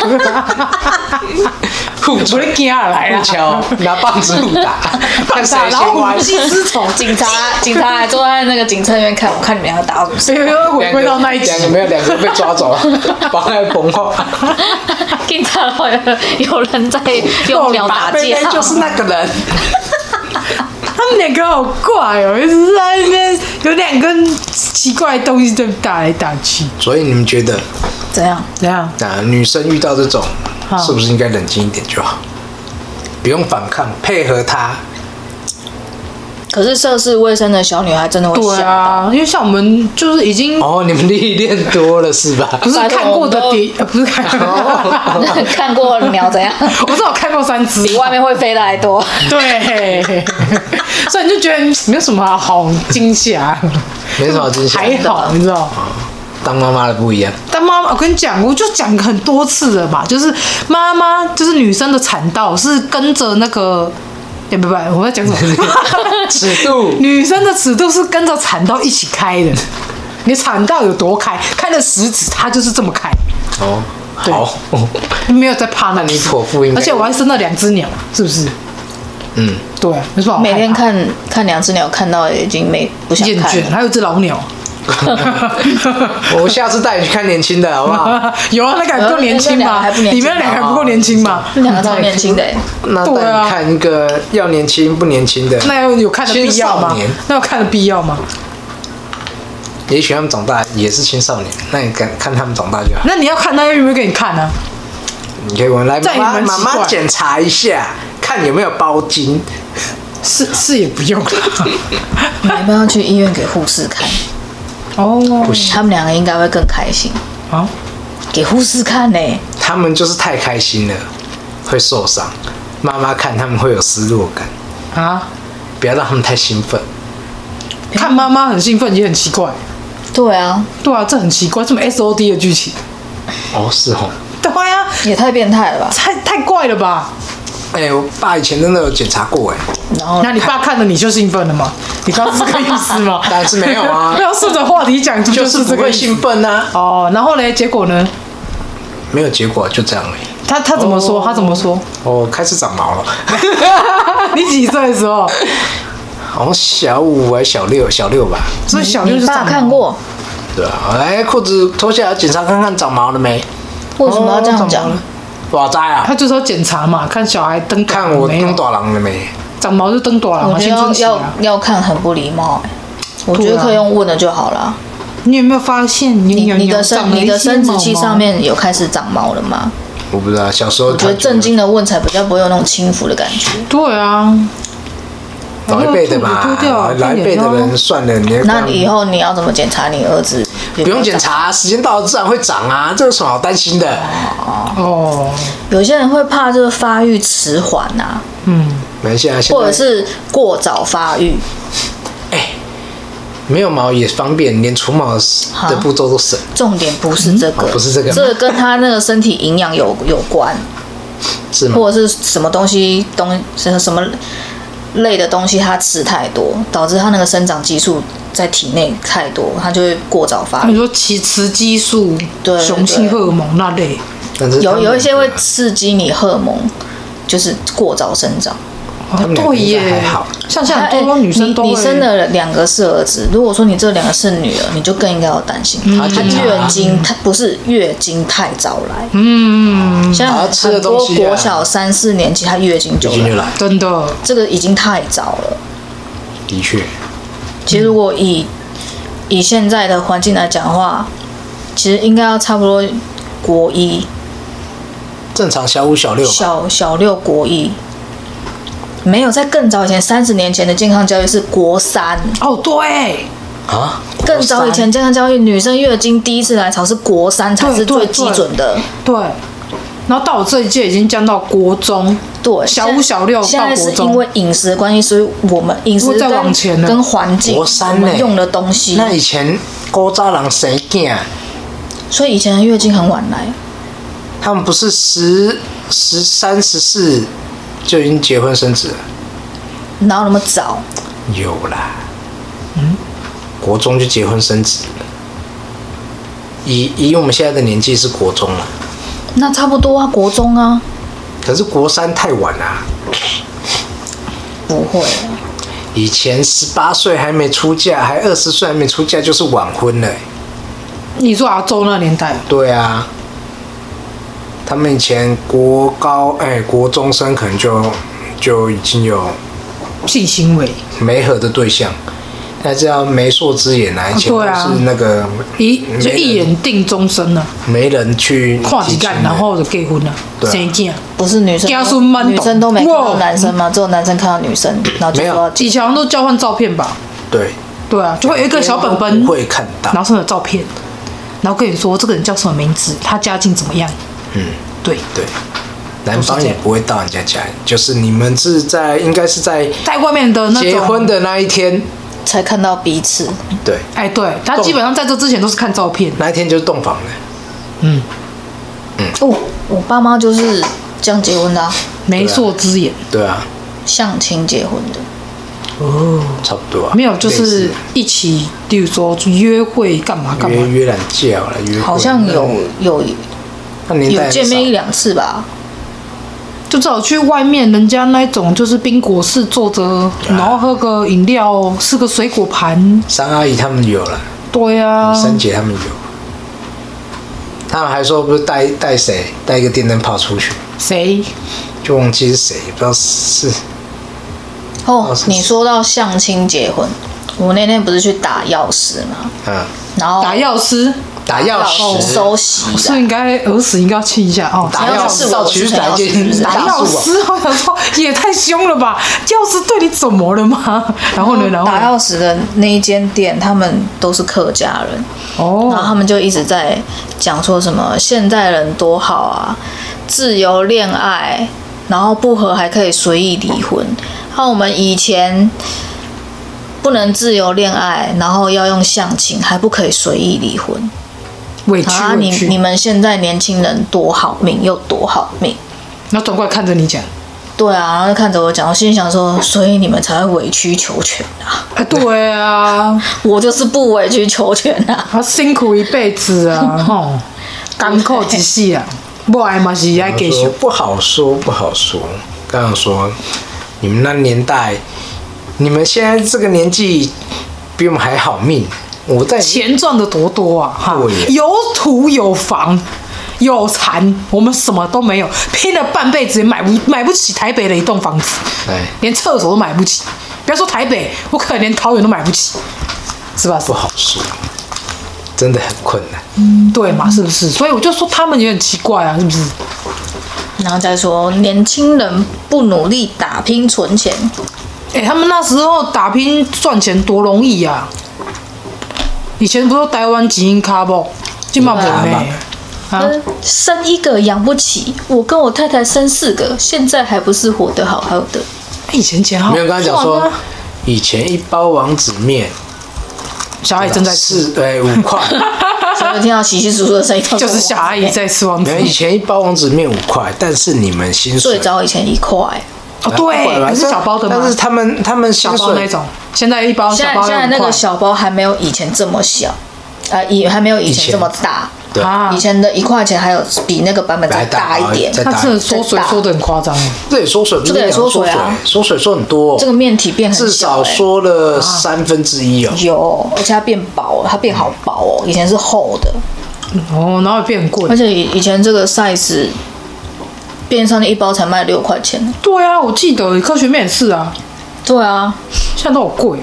S2: 互
S1: 我的惊啊来啊
S2: 互！敲，拿棒子互打， 看谁
S1: 然
S2: 先
S1: 后
S2: 歪
S1: 无。计之虫，
S3: 警察，警察还坐在那个警车里面看，我看你们要打我。
S1: 所以又回归到那一集
S2: 两。个没有，两个被抓走了， 妨碍风化。
S3: 警察然后 有有人在用秒
S2: 哦
S3: 打
S2: 贝
S3: 架
S2: 贝，就是那个人，
S1: 他们两个好怪哦，一直在那边有两根奇怪的东西在打来打去。
S2: 所以你们觉得，
S3: 怎样？
S1: 怎样？
S2: 啊，女生遇到这种
S1: 好，
S2: 是不是应该冷静一点就好？不用反抗，配合 她。
S3: 可是涉世未深的小女孩真的会
S1: 对
S3: 吓到。
S1: 啊，因为像我们就是已经
S2: 哦，你们历练多了是吧？
S1: 不是看过的碟，呃不是看
S3: 哦
S1: 过，
S3: 看过鸟怎样？
S1: 我至少看过三只。
S3: 比外面会飞的还多。
S1: 对， 所以你就觉得没有什么好惊吓，
S2: 没什么惊喜。啊
S1: 还好，你知道。
S2: 当妈妈的不一样，
S1: 但妈妈，我跟你讲，我就讲很多次了嘛，就是妈妈，就是女生的产道是跟着那个，哎、不不，我在讲什么？
S2: 尺度
S1: 女生的尺度是跟着产道一起开的，你产道有多开，开了十指，它就是这么开，
S2: 哦，
S1: 对
S2: 好，
S1: 没有在怕
S2: 那
S1: 那
S2: 你
S1: 种
S2: 剖腹应该
S1: 而且我还生了两只鸟，是不是？
S2: 嗯，
S1: 对，没错，
S3: 每天看看两只鸟，看到已经没不想
S1: 厌
S3: 看
S1: 倦，
S3: 了。
S1: 还有一只老 鸟，
S2: 我下次带你去看年轻的 好不好？
S1: 有啊，那个还不够年轻
S3: 呃那两个
S1: 吗？
S3: 还不年轻哦
S1: 里面两个还不够年轻嗯吗？
S3: 那两个超年轻的欸，
S2: 那带
S1: 对啊
S2: 你看一个要年轻不年轻的，
S1: 那有有看的必要
S2: 青
S1: 吗
S2: 少年？
S1: 那有看的必要吗？
S2: 也许他们长大也是青少年，那你看看他们长大就好。
S1: 那你要看，那有没有给你看呢、啊？
S2: 你可以问来
S1: 这样
S2: 妈
S1: 也
S2: 妈
S1: 蛮
S2: 妈
S1: 奇怪
S2: 妈检查一下，看有没有包茎。
S1: 是是也不用
S3: 你要不要去医院给护士看？
S1: 哦
S3: 他们两个应该会更开心，
S1: 啊，
S3: 给护士看呢、
S2: 他们就是太开心了，会受伤。妈妈看他们会有失落感，
S1: 啊！
S2: 不要让他们太兴奋。
S3: 哎
S1: 看妈妈很兴奋也很奇怪，
S3: 对啊，
S1: 对啊，这很奇怪，这么 S O D 的剧情，
S2: 哦，是哦。
S1: 对呀、
S3: 也太变态了吧？
S1: 太太怪了吧？
S2: 哎、我爸以前真的有检查过哎，
S3: 然后
S1: 那你爸看了你就兴奋了吗？你刚刚是这个意思 吗？
S2: 但是没有啊
S1: 没，有顺着话题讲，这
S2: 就是
S1: 是
S2: 不
S1: 这个
S2: 会
S1: 意思
S2: 兴奋啊，
S1: 哦。然后嘞，结果呢？
S2: 没有结果就这样而已。
S1: 他他怎么说？他怎么说？
S2: 哦，开始长毛了，
S1: 你几岁的时 候？
S2: 好像小五还小六，小六吧，
S1: 所以小六
S3: 你
S1: 是
S3: 爸
S1: 长
S3: 看
S1: 毛，
S3: 过，
S2: 对吧、啊？哎、裤子脱下来检查看看长毛了没？
S3: 为什么要这样
S2: 哦长
S3: 讲
S2: 毛？了哇塞啊！
S1: 他就说检查嘛，看小孩登短
S2: 看我
S1: 没有
S2: 弄大人了没？
S1: 长毛就登短了
S3: 我
S1: 嘛，
S3: 觉
S1: 青春
S3: 得
S1: 期
S3: 要
S1: 啊。
S3: 要要看很不礼貌、欸。我觉
S1: 对
S3: 得
S1: 啊
S3: 可以用问的就好了。
S1: 你有没有发现你
S3: 你
S1: 有
S3: 你的
S1: 长
S3: 生
S1: 了
S3: 你的
S1: 一些
S3: 生殖
S1: 毛
S3: 器
S1: 毛
S3: 上面有开始长毛了吗？
S2: 我不知道，小时候
S3: 我觉得正经的问才比较不会有那种轻浮的感觉。
S1: 对啊，
S2: 老一辈的嘛
S1: 脱掉，啊
S2: 老一辈的人算了，你
S3: 那以后你要怎么检查你儿子？
S2: 不用检。查，时间到了自然会长啊，这有什么好担心的？
S1: 哦，
S3: 有些人会怕这个发育迟缓啊，
S1: 嗯，
S2: 没事啊，现在
S3: 或者是过早发育。
S2: 哎，没有毛也方便，连除毛
S3: 哈
S2: 的步骤都省。
S3: 重点不是这个，
S2: 哦不是这个吗
S3: 这个跟他那个身体营养有有关，
S2: 是吗？
S3: 或者是什么东西东什么什么类的东西他吃太多，导致他那个生长激素在体内太多，他就会过早发
S1: 你
S3: 育。
S1: 说雌雌激素、
S3: 对
S1: 雄性
S3: 对
S1: 荷尔蒙那类，
S2: 但是他
S3: 有
S2: 们嗯
S3: 有一些会刺激你荷尔蒙，就是过早生长。
S2: 他
S1: 哦
S2: 们两个
S1: 对
S2: 应该
S1: 耶，
S2: 还好。
S1: 像这样
S3: 哎
S1: 多多女生都
S3: 你
S1: 会
S3: 你生的两个是儿子，如果说你这两个是女儿，你就更应该要担心。
S1: 嗯
S2: 他
S3: 她
S2: 检查
S3: 月经，她不是月经太早来，
S1: 嗯，
S3: 现在
S2: 啊吃的
S3: 很
S2: 东
S3: 多
S2: 西啊
S3: 国小三四年级，她月经就
S2: 已经就
S3: 来，
S2: 来，
S1: 真的
S3: 这个已经太早了。
S2: 的确，
S3: 其实如果以以现在的环境来讲的话，其实应该要差不多国一
S2: 正常小五小六吧，
S3: 小小六国一，没有在更早以前三十年前的健康教育是国三，
S1: 哦，对，
S2: 啊，
S3: 更早以前健康教育女生月经第一次来潮是国三才是
S1: 对对
S3: 最基准的。
S1: 对，然后到我这一届已经降到国中，
S3: 对，
S1: 小
S3: 现在
S1: 五小六
S3: 现
S1: 到
S3: 在
S1: 国
S3: 是因
S1: 中
S3: 为，饮食的关系，所以我们饮食
S1: 我再
S3: 跟
S1: 往前了
S3: 跟环境、
S2: 国三
S3: 我
S2: 呢
S3: 们用的东西，
S2: 那以前勾扎郎谁啊干？
S3: 所以以前的月经很晚来。
S2: 他们不是十十三十四就已经结婚生子了？
S3: 哪有那么早？
S2: 有啦，嗯，国中就结婚生子了。以以我们现在的年纪是国中了，
S3: 那差不多啊，国中啊，
S2: 可是国三太晚啦、
S3: 不会啊。
S2: 以前十八岁还没出嫁，还二十岁还没出嫁就是晚婚了欸、
S1: 你说阿周那年代，
S2: 对啊，他们以前国高哎、国中生可能就就已经有
S1: 性行为
S2: 媒合的对象，大家要媒妁之言啊，以前都
S1: 对啊
S2: 是那个
S1: 一
S2: 没
S1: 就一
S2: 人
S1: 眼定终身了，
S2: 没人去
S1: 跨
S2: 提
S1: 几
S2: 亲
S1: 干，
S2: 的
S1: 然后就结婚了，
S2: 对啊
S1: 生囝。
S3: 不是女生
S1: 加速慢，动
S3: 女生都没看到
S1: 哇
S3: 男生吗？只有男生看到女生，然后就
S2: 没有
S3: 说
S1: 以前好像都交换照片吧？
S2: 对
S1: 对啊，就会有一个小本本
S2: 不，会啊看到
S1: 然后上的照片，然后跟你说这个人叫什么名字，他家境怎么样？
S2: 嗯，
S1: 对，
S2: 对，男方也不会到人家家里，就是你们是在应该是在
S1: 在外面的那种
S2: 结婚，的那一天，
S3: 才看到彼此，
S2: 对，
S1: 哎，对他基本上在这之前都是看照片，
S2: 那一天就是洞房了。
S3: 哦，我爸妈就是这样结婚的、啊，
S1: 媒妁之言，
S2: 对啊，
S3: 相亲结婚的，
S2: 嗯差不多啊。
S1: 没有就
S2: 类似
S1: 是一起，例如说去约会干嘛干
S2: 约
S1: 嘛，
S2: 约懒觉了，约会
S3: 好像有
S2: 嗯
S3: 有
S2: 那年代
S3: 有
S2: 很
S3: 见面
S2: 少
S3: 一两次吧。
S1: 就只好去外面人家那种就是冰果室坐着，然后喝个饮料，吃个水果盘，
S2: 三阿姨他们有了，
S1: 对啊，
S2: 三姐他们有，他们还说不是带带谁带一个电灯泡出去，
S1: 谁？
S2: 就忘记是谁，不知道是
S3: 哦
S2: 是，
S3: 你说到相亲结婚，我那天不是去打钥匙嘛，
S2: 嗯
S3: 然后
S1: 打药师
S2: 打钥
S3: 钥匙收啊
S2: 匙，
S3: 息
S1: 是
S3: 啦
S1: 应该儿子应该要亲一下哦，
S2: 打钥匙，到其实打一件
S1: 打
S2: 大
S1: 药
S2: 树啊，
S1: 师，我想说也太凶了吧？药师对你怎么了吗？然后呢，然后
S3: 打
S1: 呢
S3: 钥匙的那一间店，他们都是客家人，然后他
S1: 哦，
S3: 们就一直在讲说什么现代人多好啊，自由恋爱，然后不和还可以随意离婚。啊那我们以前不能自由恋爱，然后要用相亲，还不可以随意离婚。
S1: 委屈
S3: 啊，
S1: 委
S3: 你你
S1: 屈，
S3: 们现在年轻人多好命又多好命。
S1: 然后转过来看着你讲，
S3: 对啊，然后就看着我讲，我心里想说，所以你们才会委曲求全啊！
S1: 哎，对啊，
S3: 我就是不委曲求全啊！
S1: 他辛苦一辈子啊，吼，干苦一世啊，不爱嘛是爱继
S2: 他
S1: 续
S2: 说，不好说，不好说。刚刚说你们那年代，你们现在这个年纪比我们还好命，我在
S1: 钱赚的多多啊，哈
S2: 对耶，
S1: 有土有房。有蚕，我们什么都没有，拼了半辈子也买不买不起台北的一栋房子。
S2: 哎
S1: 连厕所都买不起，不要说台北，我可能连桃园都买不起，是吧？
S2: 不好说，真的很困难。
S1: 对嘛，是不是？所以我就说他们也很奇怪啊，是不是？
S3: 然后再说，年轻人不努力打拼存钱，
S1: 哎、他们那时候打拼赚钱多容易啊！以前不是台湾基因卡不，金马博呢？啊，
S3: 嗯，生一个养不起。我跟我太太生四个，现在还不是活得好好 的。
S1: 以前钱好
S2: 没有跟他讲
S1: 赚
S2: 说
S1: 啊，
S2: 以前一包王子面
S1: 小阿姨正在吃，
S2: 四哎五 块，
S3: 所以听到洗洗簌簌的声音，
S1: 就是小阿姨。在吃王子
S2: 没有以前一包王子面五块，但是你们薪水
S3: 最早以前一块，
S1: 哦，对，可是小包的嘛，
S2: 但是他们他们薪
S1: 小包
S2: 水
S1: 那一种，现在一包
S3: 现
S1: 哦小
S3: 在
S1: 包
S3: 现
S1: 要
S3: 在
S1: 很
S3: 那个
S1: 快，
S3: 小包还没有以前这么小，呃，以还没有以
S2: 以前
S3: 前这么大。
S2: 对
S1: 啊
S3: 以，前的一块钱还有比那个版本再大一点
S2: 还，大
S1: 它真的缩水缩的很夸张耶，
S2: 这也缩水，不是
S3: 这个也
S2: 缩
S3: 缩水啊
S2: 缩水缩很多，
S3: 这个面体变很
S2: 至
S3: 小、
S2: 少
S3: 欸，
S2: 缩
S1: 啊
S2: 了三分之一哦。
S3: 有，而且它变薄了，它变好薄哦，以前是厚的，
S1: 哦，然后也变很贵
S3: 嗯而。且以以前这个 size 便利商店一包才卖六块钱，
S1: 对啊，我记得科学面也是啊，
S3: 对啊，
S1: 现在都好贵哦。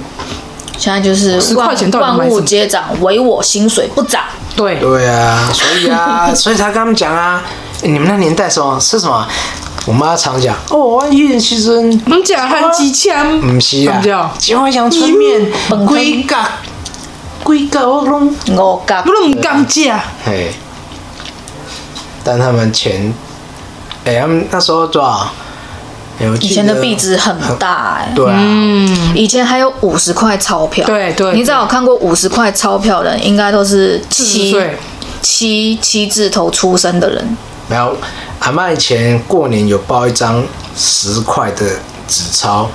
S3: 现在就是
S1: 10
S3: 万
S1: 块钱到底买什么
S3: 万物皆涨，唯我薪水不涨。
S1: 对，
S2: 对啊，所以 啊，所以才跟他们讲啊，欸你们那年代什么是什么？啊我妈常讲哦，啊一人牺牲，
S1: 我们假含机枪，
S2: 不是
S1: 什么叫嗯
S2: 啊，喜欢想春面
S3: 本，坑
S2: 规格，规格我拢
S3: 我嘎
S1: 不，是唔敢假，
S2: 嘿，但他们钱，哎、他们那时候多少？哎我记
S3: 以
S2: 得
S3: 前的币值很大哎、
S2: 对啊，
S1: 嗯
S3: 以前还有五十块钞票，
S1: 对对
S3: 你只要有看过五十块钞票的人，应该都是
S1: 40
S3: 七
S1: 岁
S3: 七七字头出生的人，
S2: 然后阿妈以前过年有包一张十块的纸钞，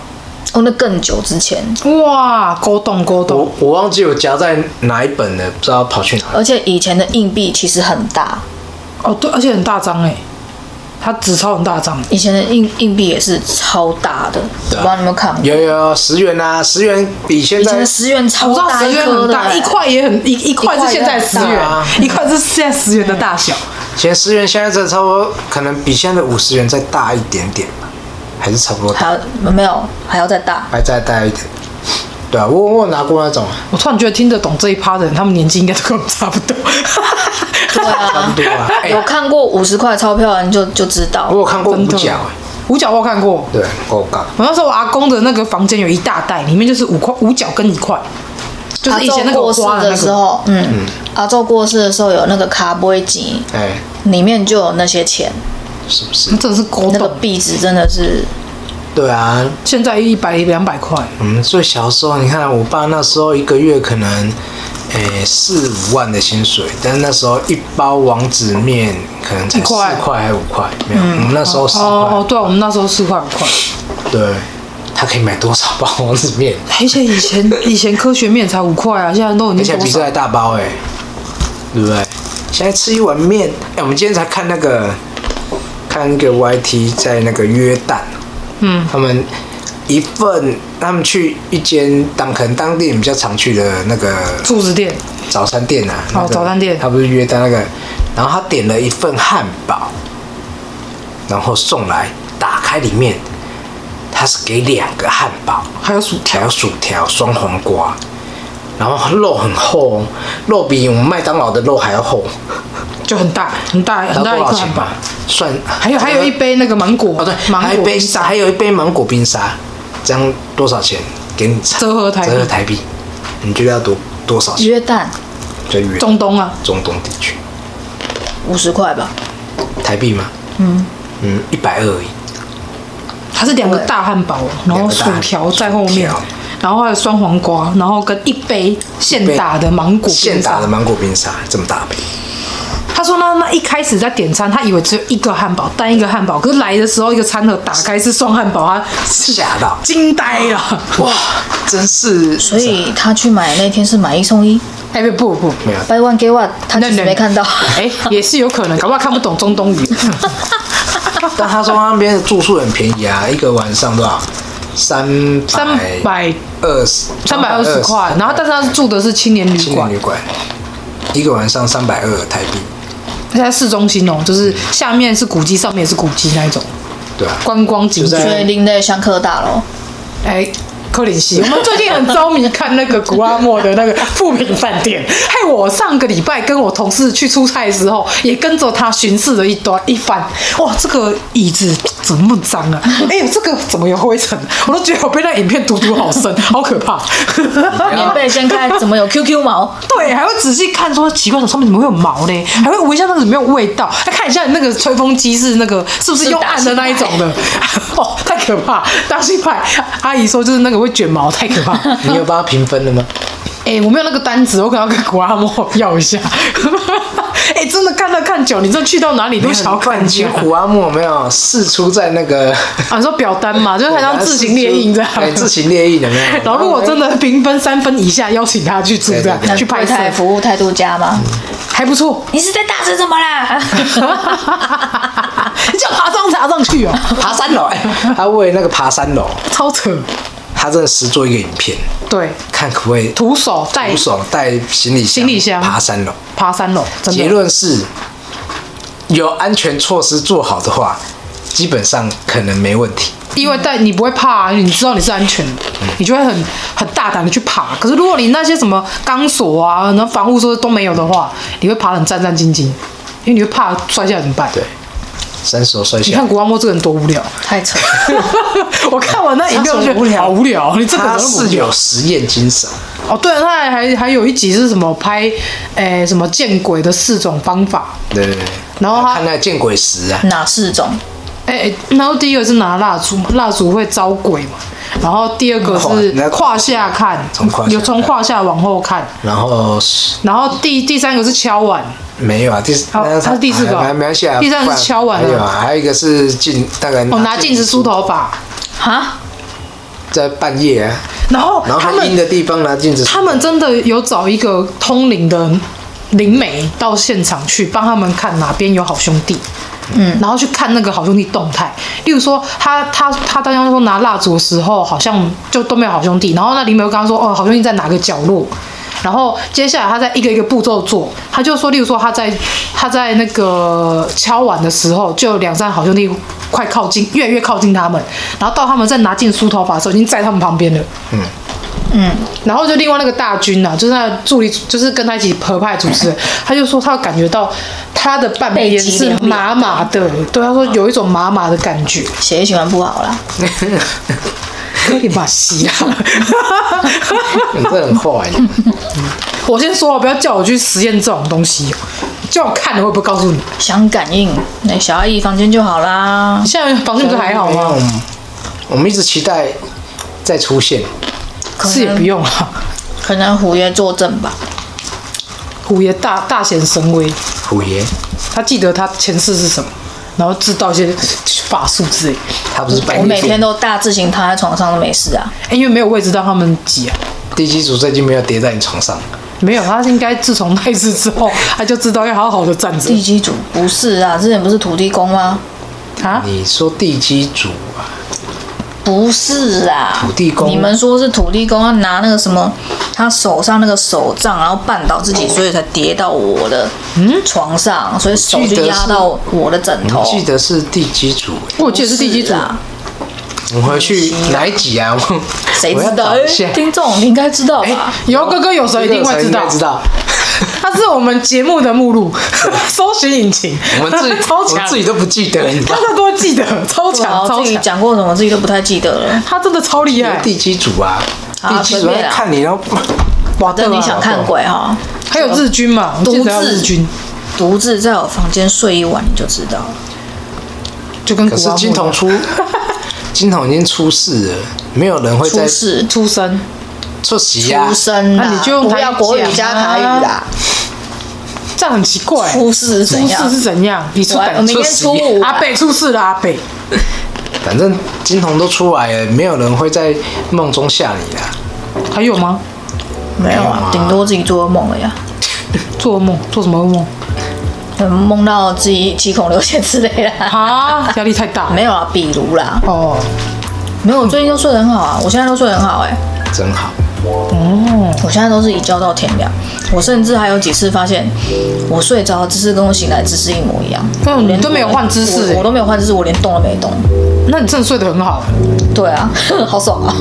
S3: 哦，那更久之前，
S1: 哇，勾动勾动，
S2: 我我忘记我夹在哪一本了，不知道跑去哪了。
S3: 而且以前的硬币其实很大，
S1: 哦对，而且很大张哎，它纸钞很大张，
S3: 以前的硬硬币也是超大的，我
S2: 对啊
S3: 不知道你有没有看过，
S2: 有有有十元啊，十元比现
S3: 以前
S2: 在
S3: 的十元
S1: 我
S3: 超
S1: 知道
S3: 大
S1: 十
S3: 一
S1: 元
S3: 颗
S1: 很
S3: 的
S1: 大，
S3: 欸，
S1: 一块也很一一块是现在十
S3: 一块也
S2: 很
S1: 元
S2: 大啊，
S1: 一块是现在十元的大小，
S2: 以前十元，现在这差不多可能比现在的五十元再大一点点吧，还是差不多大，
S3: 还有没有还要再大，
S2: 还再大一点。对啊，我我有拿过那种啊，
S1: 我突然觉得听得懂这一趴的人，他们年纪应该都跟我们差不多。
S3: 对啊，
S2: 对啊，哎、
S3: 有看过五十块钞票的人就就知道
S2: 我，有看过五
S1: 真的
S2: 角、哎，
S1: 五角我有看过，
S2: 对，我有看。
S1: 我那时候我阿公的那个房间有一大袋，里面就是五块五角跟一块，就是以前那
S3: 阿
S1: 个
S3: 昼
S1: 我
S3: 过世
S1: 花
S3: 的
S1: 那
S3: 时
S1: 个。
S3: 候，嗯，阿昼过世的时候有那个卡波吉，
S2: 哎，
S3: 里面就有那些钱，
S2: 是不是
S1: 那？真的是勾
S3: 那个
S1: 动，
S3: 币值真的是
S2: 对啊，
S1: 现在一百两百块，
S2: 嗯，所以小时候你看，我爸那时候一个月可能，诶、四五万的薪水，但是那时候一包王子面可能才
S1: 一
S2: 四
S1: 块
S2: 块还五块，没有，我们那时候十块，
S1: 哦哦，对啊、我们那时候四块五块，
S2: 对，他可以买多少包王子 面？
S1: 而且以前以前科学面才五块啊，现在都已
S2: 而
S1: 经
S2: 且
S1: 多
S2: 比这
S1: 少？
S2: 还大包哎、对不对？现在吃一碗面，哎、我们今天才看那个，看一个 YT 在那个约旦，嗯，他们一份，他们去一间当可能当地人比较常去的那个
S1: 柱子店
S2: 早餐店啊，那个
S1: 哦早餐店
S2: 他不是约在那个，然后他点了一份汉堡，然后送来，打开里面，他是给两个汉堡，
S1: 还有薯
S2: 还
S1: 条，
S2: 有薯条、双黄瓜，然后肉很厚哦，肉比我们麦当劳的肉还要厚，
S1: 就很大很大
S2: 然
S1: 很
S2: 后
S1: 大
S2: 多
S1: 一
S2: 少
S1: 块
S2: 钱
S1: 汉堡
S2: 吧，？算
S1: 还有还有一杯那个芒果
S2: 哦对，
S1: 芒
S2: 还有一
S1: 果
S2: 杯
S1: 冰沙
S2: 还有一杯芒果冰沙，这样多少钱？给你猜
S1: 折合台币
S2: 折合台币，你觉得要多多少钱？
S3: 约旦
S2: 就约
S1: 中东啊，
S2: 中东地区。
S3: 五十块吧，
S2: 台币吗？嗯嗯，一百二而已。
S1: 它是两个大汉堡，然后薯条在后面
S2: 两个大，
S1: 然后还有双黄瓜，然后跟一杯现打的芒果冰沙
S2: 现打的芒果冰沙这么大杯，
S1: 他说呢，那一开始在点餐，他以为只有一个汉堡，单一个汉堡，可是来的时候一个餐盒打开是双汉堡，他
S2: 吓到
S1: 惊呆了。
S2: 哇，真是
S3: 所以他去买那天是买一送一
S1: 哎、不不不，
S2: 没有。
S3: ，buy one get one，他
S1: 那
S3: 其实没看到，
S1: 哎、也是有可能，搞不好看不懂中东语。
S2: 但他说他那边的住宿很便宜啊，一个晚上多少？三
S1: 三百
S2: 二十，
S1: 三百二十块，然后但是他住的是青年旅
S2: 青
S1: 馆
S2: 年旅，馆，一个晚上三百二台币，
S1: 他在市中心哦，就是下面是古迹，上面也是古迹那一种
S2: 对啊，
S1: 观光景
S2: 就
S1: 点。
S3: 所以
S2: 在
S3: 拎在香客大楼，
S1: 哎、柯林 西，我们最近很着迷看那个古阿莫的那个富平饭店，害我上个礼拜跟我同事去出差的时候，也跟着他巡视了一段一番。哇，这个椅子怎么那么脏啊？哎呦，这个怎么有灰尘？啊我都觉得我被那影片毒毒好深，好可怕。啊
S3: 棉被掀开怎么有 QQ 毛？
S1: 对，还会仔细看说奇怪，上面怎么会有毛嘞？还会闻一下那个有没有味道，还看一下你那个吹风机是那个是不是用暗的那一种的？哦，太可怕！大西派阿姨说就是那个会卷毛，太可怕。
S2: 你有帮他评分了吗？
S1: 哎、我没有那个单子，我可能要跟古阿莫要一下。 哎、真的看到看久，你这去到哪里都想要看
S2: 已
S1: 久
S2: 经。虎阿木有没有试出在那 个，
S1: 啊，你说表单嘛，就是好像自行列印这样。
S2: 哎，自行列印有没有？
S1: 然后如果真的评分三分以下，邀请他去住这样
S2: 对
S1: 去
S3: 柜
S1: 拍摄，嗯
S3: 台服务态度佳吗？
S1: 还 不错。
S7: 你是在大声什么 啦？
S1: 你就爬上爬上去 哦，
S2: 爬三楼， 哎，他为那个爬三楼，
S1: 超扯。
S2: 他真的实做一个影片，
S1: 对，
S2: 看可不可以
S1: 徒手带
S2: 徒手带行李
S1: 行李箱
S2: 爬三楼。
S1: 爬三楼，真
S2: 结
S1: 的
S2: 论是，有安全措施做好的话，基本上可能没问题。
S1: 因为带你不会怕、啊，你知道你是安全的，你就会很很大胆的去爬。可是如果你那些什么钢索啊、然后防护措施都没有的话，你会爬得很战战兢兢，因为你会怕摔下来怎么办？
S2: 对，三十楼摔
S1: 你
S2: 下
S1: 看，古阿莫这个人多无聊，
S3: 太扯了，
S1: 我看完那影片我觉
S2: 他说无
S1: 得
S2: 聊
S1: 好无聊，你这个人
S2: 他
S1: 那么无
S2: 是
S1: 聊
S2: 有实验精神，
S1: 哦，对，他还还还有一集是什么拍，诶、什么见鬼的四种方法，
S2: 对对对。
S1: 然后他
S2: 看那个见鬼石啊，
S3: 哪四种？
S1: 诶、哎然后第一个是拿蜡烛嘛，蜡烛会招鬼嘛，然后第二个是
S2: 嗯
S1: 胯下看，
S2: 从胯下
S1: 有从胯下往后看，
S2: 然后是
S1: 然后第第三个是敲碗，
S2: 没有啊，第四
S1: 好
S2: 那
S1: 哦他是第四个
S2: 哎没没关系啊，
S1: 第三个是
S2: 不然
S1: 敲碗啊
S2: 还有啊，还有一个是镜那个
S1: 哦，拿镜子梳，头发，
S3: 哈，
S2: 在半夜啊，
S1: 然后
S2: 然后
S1: 他
S2: 很阴
S1: 们
S2: 的地方拿镜子梳头，
S1: 他 们真的有找一个通灵的灵媒到现场去帮他们看哪边有好兄弟。嗯，然后去看那个好兄弟动态，例如说他他他当时说拿蜡烛的时候，好像就都没有好兄弟，然后那灵媒又跟他说，哦，好兄弟在哪个角落，然后接下来他在一个一个步骤做，他就说，例如说他在他在那个敲碗的时候，就有两三好兄弟快靠近，越来越靠近他们，然后到他们在拿进梳头发的时候，已经在他们旁边了。然后就另外那个大军呐、啊，就是那助理，就是跟他一起合拍的主持人，他就说他感觉到他的半边是麻麻的，对，他说有一种麻麻的感觉，
S3: 血液循环不好啦。
S1: 可以吧？洗啊！
S2: 你这很坏，
S1: 我先说了，不要叫我去实验这种东西，哦叫我看了我也不告诉你。
S3: 想感应，那小阿姨房间就好啦。
S1: 现在房间 不是还好吗？
S2: 嗯？我们一直期待再出现，
S3: 可
S1: 是也不
S3: 能
S1: 用啊，
S3: 可能虎爷作证吧。
S1: 虎爷大大显神威，
S2: 虎爷
S1: 他记得他前世是什么，然后知道一些法术之类，
S2: 他不是半夜
S3: 我每天
S2: 都
S3: 都大字型躺在床上都没事啊。
S1: 因为没有位置让他们挤啊。
S2: 第几组最近没有叠在你床上，
S1: 没有，他应该自从那一次之后，他就知道要好好的站着
S3: 地基组不是啊，之前不是土地公吗？
S1: 啊。
S2: 你说第几组啊？
S3: 不是啊，
S2: 土地公
S3: 你们说是土地公要啊拿那个什么，他手上那个手杖，然后绊倒自己，
S1: 哦
S3: 所以才跌到我的
S1: 嗯
S3: 床上，所以手
S2: 记
S3: 就
S2: 得
S3: 压
S2: 是
S3: 到我的枕头
S1: 哦
S3: 啊
S2: 我。记得是第几组欸？
S1: 我记得是第几组
S3: 不是？啊？
S2: 我们回去哪一集啊？我
S3: 嗯谁
S2: 我
S3: 知
S2: 要
S3: 道？
S2: 找一下
S3: 哎，听众你应该知道
S1: 哎
S3: 吧？
S1: 有哥哥有
S2: 这个
S1: 谁一定
S2: 我
S1: 会
S2: 才
S1: 知
S2: 应该
S1: 道，
S2: 知道。
S1: 他是我们节目的目 录，搜寻引擎，
S2: 我们自己，
S1: 超
S2: 我
S1: 强，
S2: 自己都不记得，你知道
S1: 他
S2: 吗？
S1: 他都会记得，超
S3: 对啊
S1: 强，
S3: 我
S1: 超
S3: 自己
S1: 强，
S3: 讲过什么自己都不太记得了。
S1: 他真的超厉害。
S2: 第几组啊？
S3: 好
S2: 第几组
S3: 随便
S2: 在
S3: 啊
S2: 看你，然后
S1: 哇，对
S3: 那
S1: 啊
S3: 你想看鬼哈？
S1: 还有日军嘛？我记
S3: 独
S1: 得还有
S3: 自
S1: 日军
S3: 独自在我房间睡一晚，你就知道了。
S1: 就跟
S2: 可
S1: 古
S2: 是
S1: 阿
S2: 金
S1: 莫
S2: 童 出，金童已经出事了，没有人会
S3: 出
S2: 再
S3: 事
S1: 出生，
S2: 出席啊呀
S3: 出。生啦，
S1: 那你就用
S3: 不
S1: 台
S3: 要
S1: 语
S3: 国语
S1: 讲
S3: 加
S1: 啊
S3: 台语啦。
S1: 这样很奇怪。
S3: 出事是
S1: 出
S3: 怎样
S1: 事？是怎样？你出
S3: 我我
S1: 等
S3: 明天初五
S1: 阿北出事了，阿北。
S2: 反正金童都出来了，没有人会在梦中吓你啊啦。
S1: 还有吗？
S3: 没有啊，顶多自己做噩梦了呀，
S1: 做梦做什么噩梦
S3: 可能梦到自己七孔流血之 类的。
S1: 啊？压力太大。
S3: 没有啊，比如啦，
S1: 哦，
S3: 没有，我最近都睡得很好啊，我现在都睡得很好哎、
S2: 真好，
S3: 我现在都是一觉到天亮，我甚至还有几次发现我睡着的姿势跟我醒来的姿势一模一样，
S1: 对
S3: 我连
S1: 哦你都没有换姿势欸
S3: 我我都没有换姿势，我连动都没动。
S1: 那你真的睡得很好。
S3: 对啊，好爽啊！